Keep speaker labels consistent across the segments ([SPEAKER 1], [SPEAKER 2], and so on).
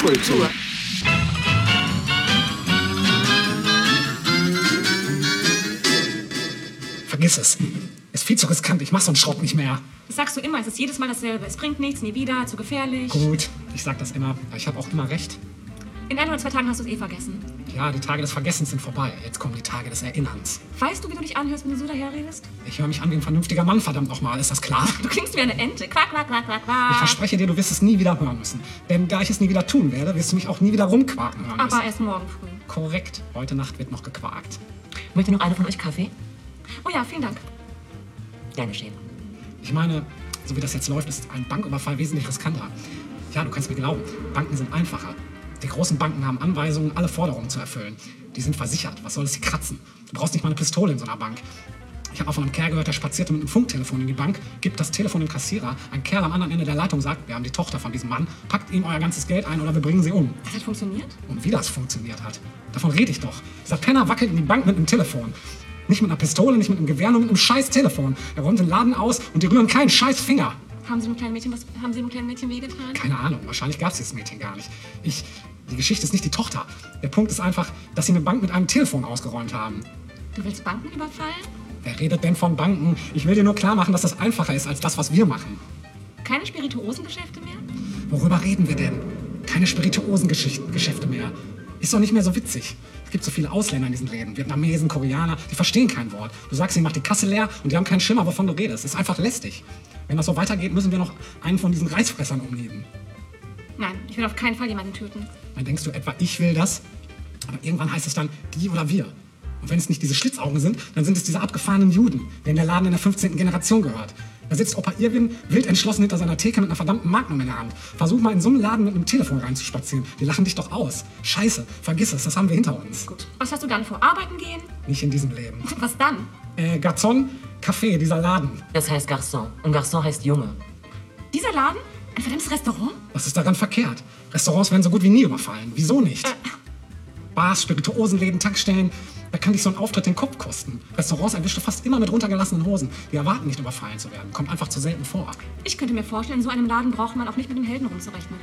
[SPEAKER 1] Kultur.
[SPEAKER 2] Vergiss es. Ist viel zu riskant. Ich mach so einen Schrott nicht mehr.
[SPEAKER 3] Das sagst du immer, es ist jedes Mal dasselbe. Es bringt nichts, nie wieder, zu gefährlich.
[SPEAKER 2] Gut, ich sag das immer. Aber ich habe auch immer recht.
[SPEAKER 3] In ein oder zwei Tagen hast du es eh vergessen.
[SPEAKER 2] Ja, die Tage des Vergessens sind vorbei. Jetzt kommen die Tage des Erinnerns.
[SPEAKER 3] Weißt du, wie du dich anhörst, wenn du so daherredest?
[SPEAKER 2] Ich höre mich an wie ein vernünftiger Mann, verdammt nochmal. Ist das klar?
[SPEAKER 3] Du klingst wie eine Ente. Quack, quack, quack, quack,
[SPEAKER 2] Ich
[SPEAKER 3] quack.
[SPEAKER 2] verspreche dir, du wirst es nie wieder hören müssen. Denn da ich es nie wieder tun werde, wirst du mich auch nie wieder rumquaken hören müssen.
[SPEAKER 3] Aber erst morgen früh.
[SPEAKER 2] Korrekt. Heute Nacht wird noch gequakt.
[SPEAKER 4] Möchte noch einer von euch Kaffee?
[SPEAKER 3] Oh ja, vielen Dank.
[SPEAKER 4] Gern geschehen.
[SPEAKER 2] Ich meine, so wie das jetzt läuft, ist ein Banküberfall wesentlich riskanter. Ja, du kannst mir glauben, Banken sind einfacher. Die großen Banken haben Anweisungen, alle Forderungen zu erfüllen. Die sind versichert. Was soll es sie kratzen? Du brauchst nicht mal eine Pistole in so einer Bank. Ich habe auch von einem Kerl gehört, der spazierte mit einem Funktelefon in die Bank, gibt das Telefon dem Kassierer. Ein Kerl am anderen Ende der Leitung sagt, wir haben die Tochter von diesem Mann, packt ihm euer ganzes Geld ein oder wir bringen sie um.
[SPEAKER 3] Das hat funktioniert?
[SPEAKER 2] Und wie das funktioniert hat, davon rede ich doch. Dieser Penner wackelt in die Bank mit einem Telefon. Nicht mit einer Pistole, nicht mit einem Gewehr, nur mit einem scheiß Telefon. Er räumt den Laden aus und die rühren keinen scheiß Finger.
[SPEAKER 3] Haben sie dem kleinen Mädchen was, haben sie dem kleinen Mädchen wehgetan?
[SPEAKER 2] Keine Ahnung, wahrscheinlich gab es dieses Mädchen gar nicht. Ich, die Geschichte ist nicht die Tochter. Der Punkt ist einfach, dass sie eine Bank mit einem Telefon ausgeräumt haben.
[SPEAKER 3] Du willst Banken überfallen?
[SPEAKER 2] Wer redet denn von Banken? Ich will dir nur klar machen, dass das einfacher ist als das, was wir machen.
[SPEAKER 3] Keine Spirituosengeschäfte mehr?
[SPEAKER 2] Worüber reden wir denn? Keine Spirituosengeschäfte mehr. Ist doch nicht mehr so witzig. Es gibt so viele Ausländer in diesen Läden. Vietnamesen, Koreaner, die verstehen kein Wort. Du sagst, sie macht die Kasse leer und die haben keinen Schimmer, wovon du redest. Ist einfach lästig. Wenn das so weitergeht, müssen wir noch einen von diesen Reisfressern umleben.
[SPEAKER 3] Nein, ich will auf keinen Fall jemanden töten.
[SPEAKER 2] Dann denkst du etwa, ich will das. Aber irgendwann heißt es dann, die oder wir. Und wenn es nicht diese Schlitzaugen sind, dann sind es diese abgefahrenen Juden, denen der Laden in der 15. Generation gehört. Da sitzt Opa Irwin wild entschlossen hinter seiner Theke mit einer verdammten Magnum in der Hand. Versuch mal in so einen Laden mit einem Telefon reinzuspazieren. Die lachen dich doch aus. Scheiße, vergiss es, das haben wir hinter uns.
[SPEAKER 3] Gut. Was hast du dann vor? Arbeiten gehen?
[SPEAKER 2] Nicht in diesem Leben.
[SPEAKER 3] Was dann?
[SPEAKER 2] Äh, Garzon, Café, dieser Laden.
[SPEAKER 4] Das heißt Garçon. Und Garçon heißt Junge.
[SPEAKER 3] Dieser Laden? Ein verdammtes Restaurant?
[SPEAKER 2] Was ist daran verkehrt? Restaurants werden so gut wie nie überfallen. Wieso nicht? Bars, Spirituosenläden, Tankstellen. Da kann dich so ein Auftritt den Kopf kosten. Restaurants erwischst du fast immer mit runtergelassenen Hosen. Wir erwarten nicht überfallen zu werden. Kommt einfach zu selten vor.
[SPEAKER 3] Ich könnte mir vorstellen, in so einem Laden braucht man auch nicht mit dem Helden rumzurechnen.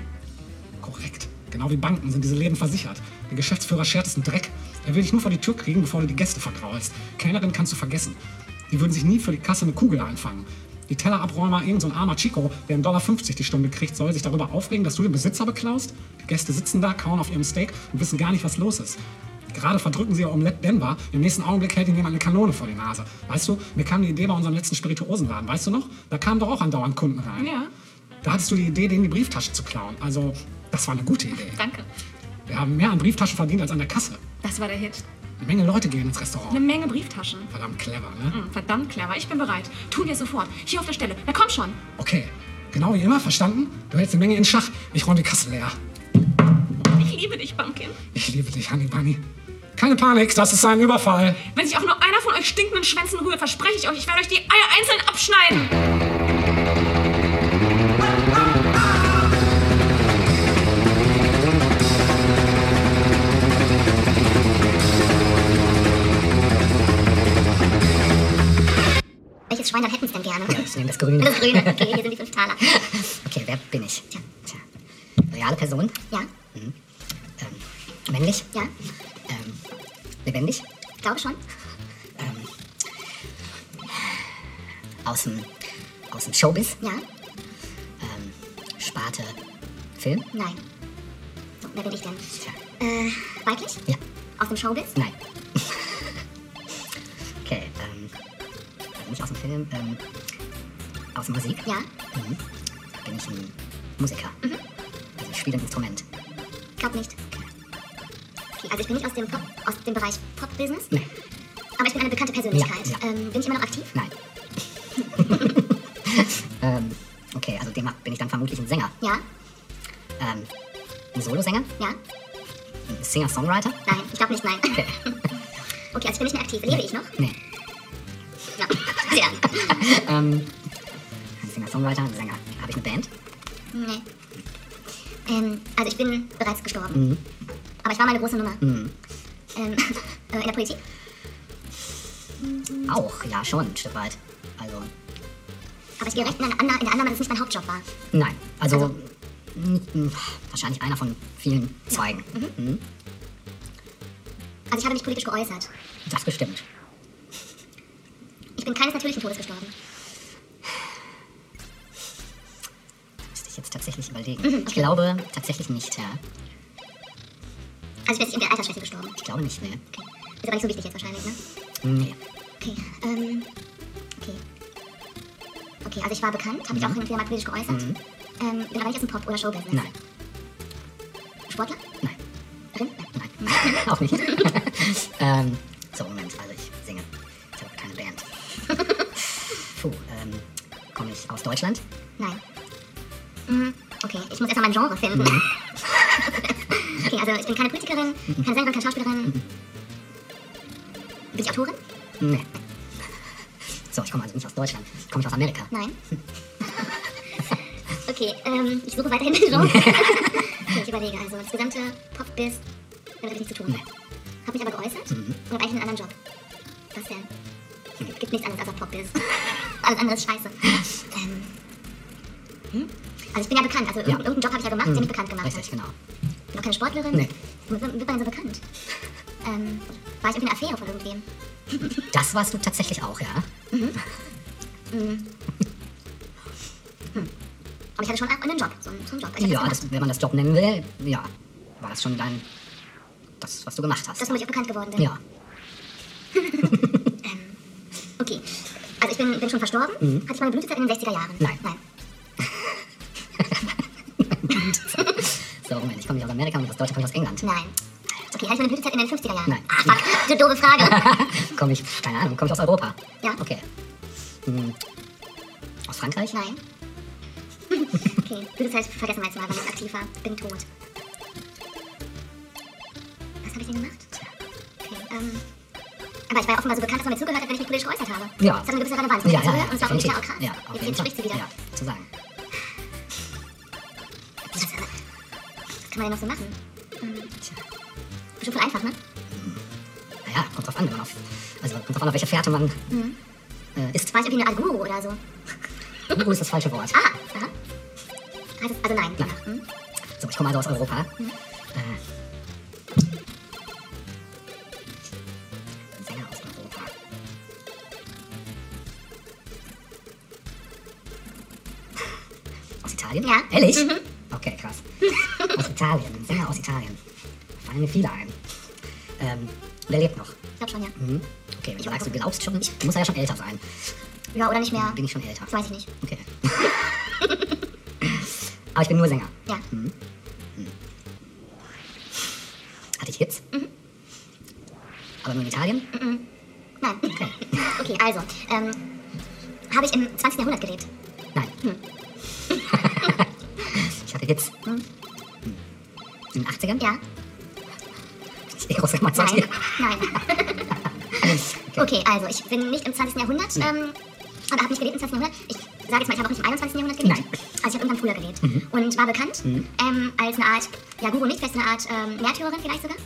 [SPEAKER 2] Korrekt. Genau wie Banken sind diese Läden versichert. Der Geschäftsführer schert es einen Dreck. Er will dich nur vor die Tür kriegen, bevor du die Gäste vergraulst. Kellnerin kannst du vergessen. Die würden sich nie für die Kasse eine Kugel einfangen. Die Tellerabräumer, irgend so ein armer Chico, der einen Dollar 50 die Stunde kriegt, soll sich darüber aufregen, dass du den Besitzer beklaust? Die Gäste sitzen da, kauen auf ihrem Steak und wissen gar nicht, was los ist. Gerade verdrücken sie ihr Omelette Denver, im nächsten Augenblick hält ihnen jemand eine Kanone vor die Nase. Weißt du, mir kam die Idee bei unserem letzten Spirituosenladen, weißt du noch? Da kamen doch auch andauernd Kunden rein.
[SPEAKER 3] Ja.
[SPEAKER 2] Da hattest du die Idee, denen die Brieftasche zu klauen. Also, das war eine gute Idee.
[SPEAKER 3] Danke.
[SPEAKER 2] Wir haben mehr an Brieftaschen verdient als an der Kasse.
[SPEAKER 3] Das war der Hit.
[SPEAKER 2] Eine Menge Leute gehen ins Restaurant.
[SPEAKER 3] Eine Menge Brieftaschen.
[SPEAKER 2] Verdammt clever, ne?
[SPEAKER 3] Hm, Verdammt clever, ich bin bereit. Tun wir es sofort. Hier auf der Stelle. Na komm schon.
[SPEAKER 2] Okay, genau wie immer, verstanden? Du hältst eine Menge in Schach, ich räume die Kasse leer.
[SPEAKER 3] Ich liebe dich, Pumpkin.
[SPEAKER 2] Ich liebe dich, Honey Bunny. Keine Panik, das ist ein Überfall.
[SPEAKER 3] Wenn sich auch nur einer von euch stinkenden Schwänzen rührt, verspreche ich euch, ich werde euch die Eier einzeln abschneiden.
[SPEAKER 5] Welches Schwein hätten es denn gerne?
[SPEAKER 6] Ich nehme das Grüne.
[SPEAKER 5] Das Grüne. Okay, hier sind die fünf Taler.
[SPEAKER 6] Okay, wer bin ich?
[SPEAKER 5] Tja.
[SPEAKER 6] Tja. Reale Person,
[SPEAKER 5] Ja,
[SPEAKER 6] männlich,
[SPEAKER 5] ja,
[SPEAKER 6] ähm, lebendig,
[SPEAKER 5] glaube schon.
[SPEAKER 6] aus dem, aus dem Showbiz,
[SPEAKER 5] Ja,
[SPEAKER 6] ähm, Sparte Film?
[SPEAKER 5] nein. So, wer bin ich denn?
[SPEAKER 6] Tja,
[SPEAKER 5] Äh, weiblich?
[SPEAKER 6] Ja.
[SPEAKER 5] Aus dem Showbiz?
[SPEAKER 6] nein. okay, ähm, also nicht aus dem Film, ähm, aus der Musik?
[SPEAKER 5] Ja,
[SPEAKER 6] Mhm. Bin ich ein Musiker? Also ich spiele ein Instrument?
[SPEAKER 5] glaub nicht. Okay, also ich bin nicht aus dem Pop, aus dem Bereich Pop-Business.
[SPEAKER 6] Nein,
[SPEAKER 5] Aber ich bin eine bekannte Persönlichkeit.
[SPEAKER 6] Ja,
[SPEAKER 5] Ähm, bin ich immer noch aktiv?
[SPEAKER 6] nein. ähm, okay, also demnach bin ich dann vermutlich ein Sänger.
[SPEAKER 5] Ja,
[SPEAKER 6] Ähm, ein Solosänger?
[SPEAKER 5] ja,
[SPEAKER 6] Ein Singer-Songwriter?
[SPEAKER 5] nein. Ich glaube nicht, nein. Okay, also ich bin nicht mehr aktiv. Lebe ich noch?
[SPEAKER 6] Nee.
[SPEAKER 5] Ja. Sehr.
[SPEAKER 6] Ähm, ein Singer-Songwriter, ein Sänger. Habe ich eine Band?
[SPEAKER 5] Nee. Ähm, also ich bin bereits gestorben. Aber ich war mal eine große Nummer. Ähm, äh, in der Politik?
[SPEAKER 6] Auch, ja, schon, ein Stück weit. Also,
[SPEAKER 5] Aber ich gehe recht in der Annahme, in der Annahme, dass es nicht mein Hauptjob war.
[SPEAKER 6] nein. Also, Hm, Wahrscheinlich einer von vielen Zweigen. Mhm.
[SPEAKER 5] Also ich habe mich politisch geäußert.
[SPEAKER 6] Das bestimmt.
[SPEAKER 5] Ich bin keines natürlichen Todes gestorben.
[SPEAKER 6] Müsste ich jetzt tatsächlich überlegen. Ich glaube tatsächlich nicht, ja.
[SPEAKER 5] Also ich bin nicht irgendwie an Altersschwäche gestorben.
[SPEAKER 6] Ich glaube nicht, ne.
[SPEAKER 5] Okay. Ist aber nicht so wichtig jetzt wahrscheinlich, ne?
[SPEAKER 6] Nee.
[SPEAKER 5] Okay, ähm, okay. Okay, also ich war bekannt, habe mich auch irgendwie mal politisch geäußert. Ähm, bin aber nicht aus dem Pop- oder Showbusiness.
[SPEAKER 6] Nein.
[SPEAKER 5] Sportler?
[SPEAKER 6] Nein.
[SPEAKER 5] Drin?
[SPEAKER 6] Nein. Auch nicht. ähm, so, Moment, also ich singe. Ich habe keine Band. Puh, ähm, komme ich aus Deutschland?
[SPEAKER 5] Nein. Mhm. Okay, ich muss erstmal mein Genre finden. okay, also ich bin keine Politikerin, keine Sängerin, keine Schauspielerin. Bin ich Autorin?
[SPEAKER 6] Nee. So, ich komme also nicht aus Deutschland. Komme ich aus Amerika?
[SPEAKER 5] Nein. okay, ähm, ich suche weiterhin den Genre. okay, ich überlege also das gesamte Pop-Biz, damit habe ich nichts zu tun.
[SPEAKER 6] Nee.
[SPEAKER 5] Hab mich aber geäußert
[SPEAKER 6] Mhm.
[SPEAKER 5] und habe eigentlich einen anderen Job. Was denn?
[SPEAKER 6] Hm.
[SPEAKER 5] Es gibt nichts anderes als Pop-Biz. Alles andere ist scheiße. Ähm, hm? Also ich bin ja bekannt, also irgendeinen irgendeinen Job habe ich ja gemacht, der mich bekannt gemacht
[SPEAKER 6] Richtig,
[SPEAKER 5] hat.
[SPEAKER 6] genau.
[SPEAKER 5] Ich bin auch keine Sportlerin.
[SPEAKER 6] Nee.
[SPEAKER 5] Wie wird man denn so bekannt? Ähm, war ich irgendwie eine Affäre von irgendwem?
[SPEAKER 6] Das warst du tatsächlich auch, ja?
[SPEAKER 5] Aber ich hatte schon einen Job, so einen, so einen Job. Also, Ich hab
[SPEAKER 6] Ja,
[SPEAKER 5] das
[SPEAKER 6] das,
[SPEAKER 5] gemacht.
[SPEAKER 6] wenn man das Job nennen will, ja. War es schon dein. Das, was du gemacht hast.
[SPEAKER 5] Das, womit ich auch bekannt geworden bin.
[SPEAKER 6] ja.
[SPEAKER 5] Okay. Also ich bin, bin schon verstorben. Hatte ich meine Blütezeit in den 60er Jahren?
[SPEAKER 6] Mhm. Nein.
[SPEAKER 5] Nein.
[SPEAKER 6] So, Moment, ich komme nicht aus Amerika und aus Deutschland, komme ich aus England.
[SPEAKER 5] Nein. Okay, hatte ich meine Blütezeit in den 50er Jahren?
[SPEAKER 6] Nein.
[SPEAKER 5] Ah, fuck. Du doofe Frage.
[SPEAKER 6] komme ich, keine Ahnung, komme ich aus Europa?
[SPEAKER 5] Ja.
[SPEAKER 6] Okay. Hm. Aus Frankreich?
[SPEAKER 5] Nein. okay, Blütezeit vergessen wir jetzt mal, weil ich aktiv war. Bin tot. Was habe ich denn gemacht? Okay, ähm... Aber ich war ja offenbar so bekannt, dass man mir zugehört hat, wenn ich mich politisch geäußert habe.
[SPEAKER 6] Ja.
[SPEAKER 5] Das hat eine gewisse Relevanz.
[SPEAKER 6] Ja, ja,
[SPEAKER 5] Zuhören,
[SPEAKER 6] ja.
[SPEAKER 5] Und es war auch nicht klar,
[SPEAKER 6] definitiv.
[SPEAKER 5] auch krass.
[SPEAKER 6] Ja, auf
[SPEAKER 5] jetzt,
[SPEAKER 6] jeden
[SPEAKER 5] jetzt
[SPEAKER 6] Fall.
[SPEAKER 5] sprichst du wieder.
[SPEAKER 6] Ja, zu sagen.
[SPEAKER 5] Das, was kann man denn noch so machen?
[SPEAKER 6] Tja.
[SPEAKER 5] Bestimmt voll einfach, ne?
[SPEAKER 6] Naja, kommt drauf an, wenn man auf, also kommt drauf an, auf welche Fährte man
[SPEAKER 5] Mhm.
[SPEAKER 6] äh, ist.
[SPEAKER 5] War ich irgendwie eine Art Guru oder so?
[SPEAKER 6] Guru ist das falsche Wort.
[SPEAKER 5] Ah, aha. Heißt es, also nein.
[SPEAKER 6] Nein.
[SPEAKER 5] Hm?
[SPEAKER 6] So, ich komme also aus Europa. Äh, Sänger aus Europa. Aus Italien?
[SPEAKER 5] Ja. Mhm.
[SPEAKER 6] Ehrlich? Okay, krass. Aus Italien, ein Sänger aus Italien. Fallen mir viele ein. Ähm, und er lebt noch.
[SPEAKER 5] Ich glaube schon, ja.
[SPEAKER 6] Mhm. Okay, wenn du sagst, du glaubst schon, ich muss er ja schon älter sein.
[SPEAKER 5] Ja, oder nicht mehr.
[SPEAKER 6] Bin ich schon älter?
[SPEAKER 5] Das weiß ich nicht.
[SPEAKER 6] Okay. Aber ich bin nur Sänger.
[SPEAKER 5] Ja.
[SPEAKER 6] Hatte ich Hits?
[SPEAKER 5] Mhm.
[SPEAKER 6] Aber nur in Italien?
[SPEAKER 5] Nein. Okay, also, ähm, habe ich im 20. Jahrhundert gelebt?
[SPEAKER 6] Nein.
[SPEAKER 5] Mhm.
[SPEAKER 6] ich hatte Hits. In den 80ern?
[SPEAKER 5] Mhm. Ja.
[SPEAKER 6] Ich groß gemacht,
[SPEAKER 5] Nein.
[SPEAKER 6] 20
[SPEAKER 5] Nein. Okay, also, ich bin nicht im 20. Jahrhundert, ähm, aber habe nicht gelebt im 20. Jahrhundert. Ich sage jetzt mal, ich habe auch nicht im 21. Jahrhundert gelebt.
[SPEAKER 6] Nein.
[SPEAKER 5] Also, ich habe irgendwann früher gelebt. Und war bekannt ähm, als eine Art, ja, Guru nicht, vielleicht eine Art ähm, Märtyrerin vielleicht sogar.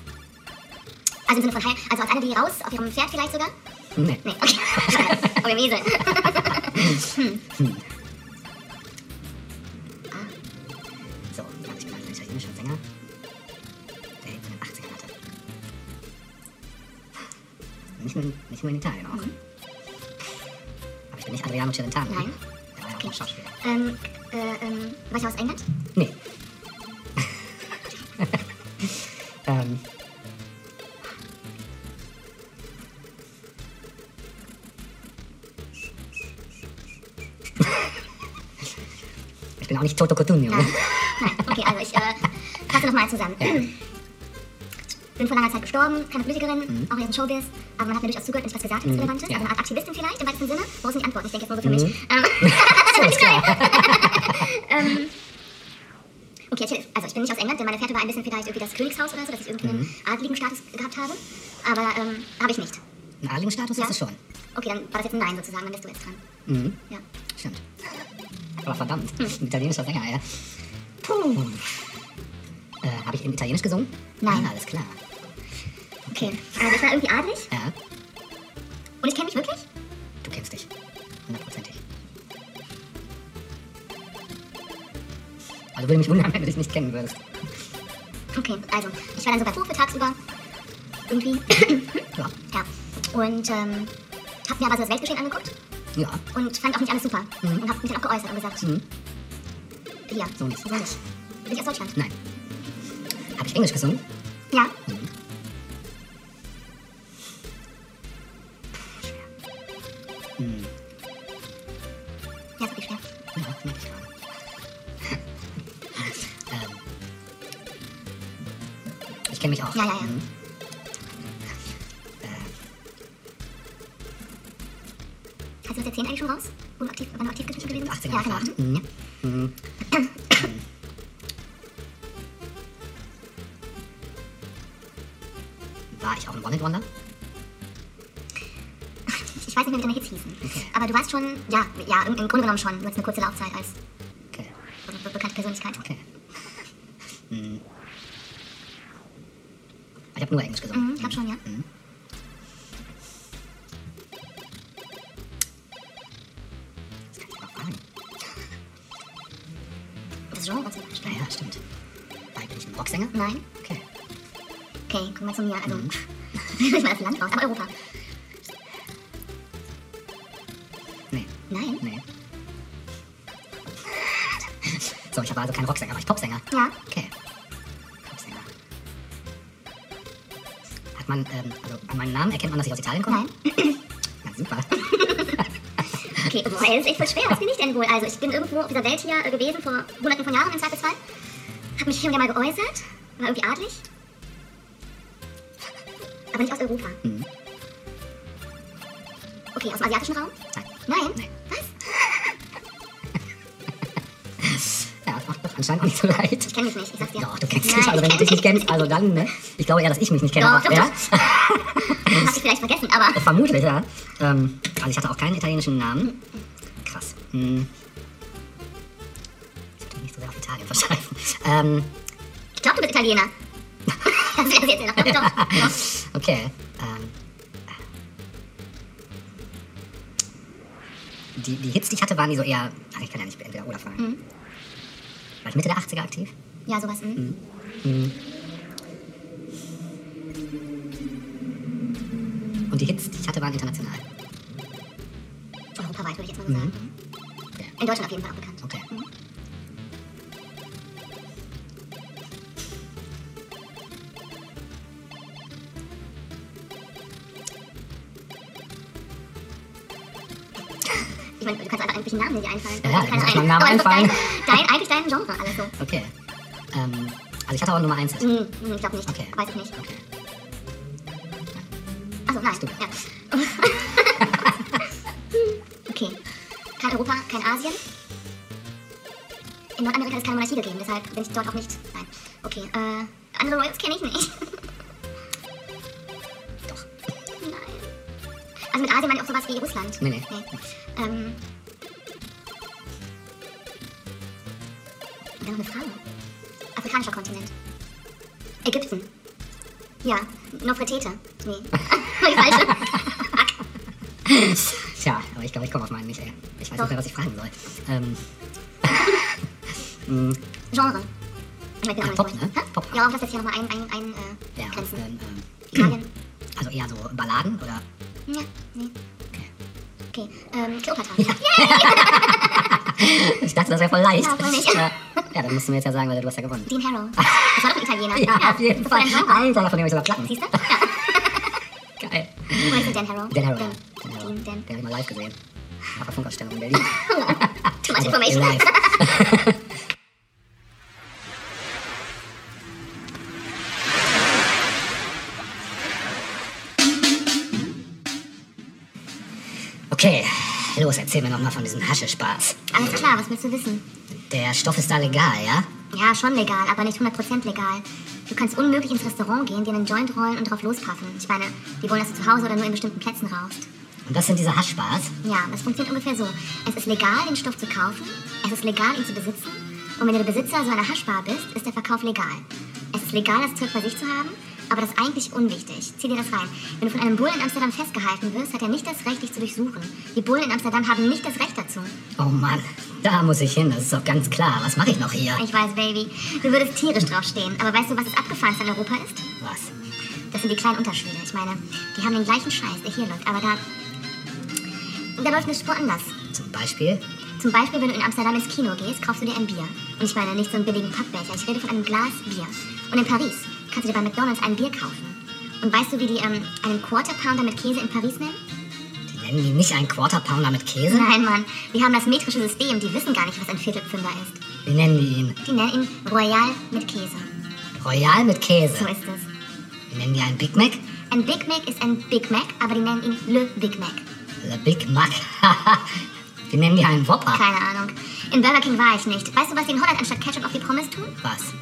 [SPEAKER 5] Also im Sinne von Heil, also als eine, die raus auf ihrem Pferd vielleicht sogar.
[SPEAKER 6] Nee.
[SPEAKER 5] Nee, okay. Auf dem Esel.
[SPEAKER 6] So, also ich bin ein italienischer Sänger, der Hits in den 80ern hatte. Nicht nur, nicht nur in Italien auch. Aber ich bin nicht Adriano Celentano.
[SPEAKER 5] Mhm. Nein.
[SPEAKER 6] Der war ja auch ein Schauspieler.
[SPEAKER 5] Ähm, äh, ähm, war ich aus England?
[SPEAKER 6] Nee. ähm. Ich bin auch nicht Toto Cotugno. ne?
[SPEAKER 5] Nein. Nein. Okay, also ich äh, fasse nochmal zusammen. Bin vor langer Zeit gestorben, keine Politikerin, auch nicht aus dem Showbiz, aber man hat mir durchaus zugehört, wenn ich was gesagt habe, das Relevante.
[SPEAKER 6] Mhm. Ja.
[SPEAKER 5] Also eine Art Aktivistin vielleicht, im weitesten Sinne. Muss nicht antworten, ich denke jetzt nur so für mich. Ähm,
[SPEAKER 6] Alles klar.
[SPEAKER 5] okay, ich, hätte- also ich bin nicht aus England, denn meine Fährte war ein bisschen vielleicht irgendwie das Königshaus oder so, dass ich irgendwie
[SPEAKER 6] Mhm.
[SPEAKER 5] einen adligen Status gehabt habe. Aber ähm, habe ich nicht.
[SPEAKER 6] Ein Adligen-Status
[SPEAKER 5] Ja.
[SPEAKER 6] ist es schon.
[SPEAKER 5] Okay, dann war das jetzt ein Nein sozusagen, dann bist du jetzt dran.
[SPEAKER 6] Mhm.
[SPEAKER 5] Ja.
[SPEAKER 6] Stimmt. Aber verdammt, ein italienischer Sänger, ja. Puh. Äh, Habe ich in Italienisch gesungen?
[SPEAKER 5] Nein.
[SPEAKER 6] Ah, alles klar.
[SPEAKER 5] Okay. Also ich war irgendwie adlig
[SPEAKER 6] Ja,
[SPEAKER 5] und ich kenne mich wirklich?
[SPEAKER 6] du kennst dich. Hundertprozentig. Also Also würde mich wundern, wenn du dich nicht kennen würdest.
[SPEAKER 5] Okay, also, ich war dann so bei Fufe tagsüber. Irgendwie.
[SPEAKER 6] Ja.
[SPEAKER 5] ja. Und ähm, hab mir aber so das Weltgeschehen angeguckt
[SPEAKER 6] Ja.
[SPEAKER 5] und fand auch nicht alles super. Und hab mich dann auch geäußert und gesagt,
[SPEAKER 6] Mhm.
[SPEAKER 5] ja,
[SPEAKER 6] So nicht.
[SPEAKER 5] so nicht. Bin ich aus Deutschland?
[SPEAKER 6] Nein. Habe ich Englisch gesungen?
[SPEAKER 5] Ja.
[SPEAKER 6] Mhm.
[SPEAKER 5] Ja, ist wirklich schwer.
[SPEAKER 6] Ja, merke ich gerade. ähm, ich kenne mich auch.
[SPEAKER 5] Ja, ja, ja.
[SPEAKER 6] Mhm.
[SPEAKER 5] Hast du das erzählen eigentlich schon raus? Wo du aktiv, wann du aktiv gewesen gewesen bist?
[SPEAKER 6] 18
[SPEAKER 5] Ja,
[SPEAKER 6] Jahre
[SPEAKER 5] genau.
[SPEAKER 6] alt.
[SPEAKER 5] Mhm.
[SPEAKER 6] Mhm. War ich auch ein One-Hit-Wonder?
[SPEAKER 5] Ich weiß nicht mehr, wie deine Hits hießen. Aber du warst schon, ja, ja, im, im Grunde genommen schon. Du hattest eine kurze Laufzeit als
[SPEAKER 6] Okay.
[SPEAKER 5] be be bekannte Persönlichkeit.
[SPEAKER 6] Okay. Hm. Ich habe nur Englisch gesungen.
[SPEAKER 5] Mhm, ich glaub schon, ja.
[SPEAKER 6] Das kann ich mal fragen.
[SPEAKER 5] Das Genre zum Beispiel.
[SPEAKER 6] Naja, stimmt. War ich ein Rocksänger?
[SPEAKER 5] Nein?
[SPEAKER 6] Okay.
[SPEAKER 5] Okay, guck mal zu mir.
[SPEAKER 6] Mhm.
[SPEAKER 5] Also, ich mal das Land raus, aber Europa.
[SPEAKER 6] Nee.
[SPEAKER 5] Nein?
[SPEAKER 6] Nee. So, ich war also kein Rocksänger, war ich Popsänger.
[SPEAKER 5] Ja.
[SPEAKER 6] Okay. Popsänger. Hat man, ähm, also an meinem Namen erkennt man, dass ich aus Italien komme?
[SPEAKER 5] Nein?
[SPEAKER 6] Na super.
[SPEAKER 5] Okay, boah, ey, das ist echt voll schwer. Was bin ich denn wohl? Also, ich bin irgendwo auf dieser Welt hier äh, gewesen, vor hunderten von Jahren im Zweifelsfall. Hab mich hier und da mal geäußert. War irgendwie adlig. Aber nicht aus Europa.
[SPEAKER 6] Mhm.
[SPEAKER 5] Okay, aus dem asiatischen Raum?
[SPEAKER 6] Nein.
[SPEAKER 5] Nein?
[SPEAKER 6] Nee.
[SPEAKER 5] Was?
[SPEAKER 6] Ja, das macht doch anscheinend auch nicht so leid.
[SPEAKER 5] Ich kenne mich nicht, ich sag's dir.
[SPEAKER 6] Doch, du kennst
[SPEAKER 5] Nein,
[SPEAKER 6] dich. Also wenn du
[SPEAKER 5] ich
[SPEAKER 6] dich
[SPEAKER 5] kenn
[SPEAKER 6] nicht kennst, also dann, ne? Ich glaube eher, dass ich mich nicht kenne.
[SPEAKER 5] Doch,
[SPEAKER 6] aber,
[SPEAKER 5] doch,
[SPEAKER 6] ja?
[SPEAKER 5] dich. Hab ich vielleicht vergessen, aber.
[SPEAKER 6] Vermutlich, ja. Ähm, also ich hatte auch keinen italienischen Namen. Krass. Hm. Ich sollte mich nicht so sehr auf Italien verschreiben. Ähm,
[SPEAKER 5] Ich glaube, du bist Italiener. das wär's jetzt noch. Doch, doch. doch.
[SPEAKER 6] okay. Ähm, die, die Hits, die ich hatte, waren die so eher. Ach, ich kann ja nicht entweder oder fragen. War ich Mitte der 80er aktiv?
[SPEAKER 5] Ja, sowas. hm. Mh.
[SPEAKER 6] Mhm. Und die Hits, die ich hatte, waren international.
[SPEAKER 5] Europaweit, würde ich jetzt mal so sagen. Mhm.
[SPEAKER 6] Okay.
[SPEAKER 5] In Deutschland auf jeden Fall auch bekannt.
[SPEAKER 6] Mhm.
[SPEAKER 5] Mhm.
[SPEAKER 6] Okay.
[SPEAKER 5] Ich meine, du kannst einfach irgendwelche Namen die dir einfallen.
[SPEAKER 6] Ja, ja,
[SPEAKER 5] Keine
[SPEAKER 6] muss man
[SPEAKER 5] Ahnung.
[SPEAKER 6] Namen
[SPEAKER 5] Aber das ist doch
[SPEAKER 6] einfallen.
[SPEAKER 5] Dein, dein, eigentlich dein Genre, alles so.
[SPEAKER 6] Okay. Ähm, also ich hatte auch Nummer 1 Hit.
[SPEAKER 5] Hm, hm, ich glaube nicht.
[SPEAKER 6] Okay.
[SPEAKER 5] Weiß ich nicht.
[SPEAKER 6] Okay.
[SPEAKER 5] Achso, Also, nein. Ja. okay. Kein Europa, kein Asien. In Nordamerika hat es keine Monarchie gegeben, deshalb bin ich dort auch nicht. Nein. Okay, äh, andere Royals kenne ich nicht.
[SPEAKER 6] Doch.
[SPEAKER 5] nein. Also mit Asien meine ich auch sowas wie Russland.
[SPEAKER 6] Nee, nee.
[SPEAKER 5] Ähm. Da noch eine Frage. Afrikanischer Kontinent. Ägypten. Ja, Nofretete. Nee. Die falsche. Fuck.
[SPEAKER 6] Tja, aber ich glaube, ich komme auf meinen nicht, ey. Ich weiß
[SPEAKER 5] Doch.
[SPEAKER 6] nicht mehr, was ich fragen soll. Ähm,
[SPEAKER 5] Genre. Halt Ich mein, ich bin
[SPEAKER 6] Ah,
[SPEAKER 5] auch
[SPEAKER 6] Pop,
[SPEAKER 5] nicht
[SPEAKER 6] ne?
[SPEAKER 5] durch. Hä?
[SPEAKER 6] Pop.
[SPEAKER 5] Ja, aber das jetzt hier nochmal ein, ein, ein äh,
[SPEAKER 6] ja,
[SPEAKER 5] Grenzen.
[SPEAKER 6] ähm, ähm,
[SPEAKER 5] Italien.
[SPEAKER 6] also eher so Balladen oder.
[SPEAKER 5] Ja, nee.
[SPEAKER 6] Okay.
[SPEAKER 5] Okay, ähm, Kleopatra. Ja.
[SPEAKER 6] Ich dachte, das wäre voll leicht.
[SPEAKER 5] Ja, voll nicht.
[SPEAKER 6] ja, ja, dann musst du mir jetzt ja sagen, weil du hast ja gewonnen.
[SPEAKER 5] Dean Harrow. Das war doch ein Italiener.
[SPEAKER 6] Ja, auf jeden
[SPEAKER 5] Das
[SPEAKER 6] Fall.
[SPEAKER 5] war ein Genre.
[SPEAKER 6] Alter, davon nehme ich sogar Platten.
[SPEAKER 5] Siehst du? Ja.
[SPEAKER 6] Geil.
[SPEAKER 5] Wo ist denn Dan Harrow?
[SPEAKER 6] Dan Harrow.
[SPEAKER 5] Dan.
[SPEAKER 6] Dan Harrow.
[SPEAKER 5] Dean, Dan.
[SPEAKER 6] Den habe ich mal live gesehen. Auf der Funkausstellung in Berlin.
[SPEAKER 5] Too much
[SPEAKER 6] Also,
[SPEAKER 5] information.
[SPEAKER 6] live. Okay, los, erzähl mir nochmal von diesem Haschespaß.
[SPEAKER 5] Alles klar, was willst du wissen?
[SPEAKER 6] Der Stoff ist da legal, ja?
[SPEAKER 5] Ja, schon legal, aber nicht 100% legal. Du kannst unmöglich ins Restaurant gehen, dir einen Joint rollen und drauf lospaffen. Ich meine, die wollen, dass du zu Hause oder nur in bestimmten Plätzen rauchst.
[SPEAKER 6] Und das sind diese Haschbars?
[SPEAKER 5] Ja, das funktioniert ungefähr so. Es ist legal, den Stoff zu kaufen. Es ist legal, ihn zu besitzen. Und wenn du der Besitzer so einer Haschbar bist, ist der Verkauf legal. Es ist legal, das Zeug bei sich zu haben, aber das ist eigentlich unwichtig. Zieh dir das rein. Wenn du von einem Bullen in Amsterdam festgehalten wirst, hat er nicht das Recht, dich zu durchsuchen. Die Bullen in Amsterdam haben nicht das Recht dazu.
[SPEAKER 6] Oh Mann, da muss ich hin, das ist doch ganz klar. Was mache ich noch hier?
[SPEAKER 5] Ich weiß, Baby, du würdest tierisch draufstehen. Aber weißt du, was das Abgefahrenste an Europa ist?
[SPEAKER 6] Was?
[SPEAKER 5] Das sind die kleinen Unterschiede. Ich meine, die haben den gleichen Scheiß, der hier läuft. Aber da. Da läuft eine Spur anders.
[SPEAKER 6] Zum Beispiel?
[SPEAKER 5] Zum Beispiel, wenn du in Amsterdam ins Kino gehst, kaufst du dir ein Bier. Und ich meine nicht so einen billigen Pappbecher, ich rede von einem Glas Bier. Und in Paris kannst du dir bei McDonalds ein Bier kaufen. Und weißt du, wie die ähm, einen Quarter Pounder mit Käse in Paris nennen?
[SPEAKER 6] Die nennen die nicht einen Quarter Pounder mit Käse?
[SPEAKER 5] Nein, Mann. Wir haben das metrische System. Die wissen gar nicht, was ein Viertelpfünder ist.
[SPEAKER 6] Wie nennen die ihn?
[SPEAKER 5] Die nennen ihn Royal mit Käse.
[SPEAKER 6] Royal mit
[SPEAKER 5] So
[SPEAKER 6] Käse.
[SPEAKER 5] ist es.
[SPEAKER 6] Wie nennen die einen Big Mac?
[SPEAKER 5] Ein Big Mac ist ein Big Mac, aber die nennen ihn Le Big Mac.
[SPEAKER 6] The Big Mac. Wie nennen die einen Whopper?
[SPEAKER 5] Keine Ahnung. In Burger King war ich nicht. Weißt du, was die in Holland anstatt Ketchup auf die Pommes tun?
[SPEAKER 6] Was?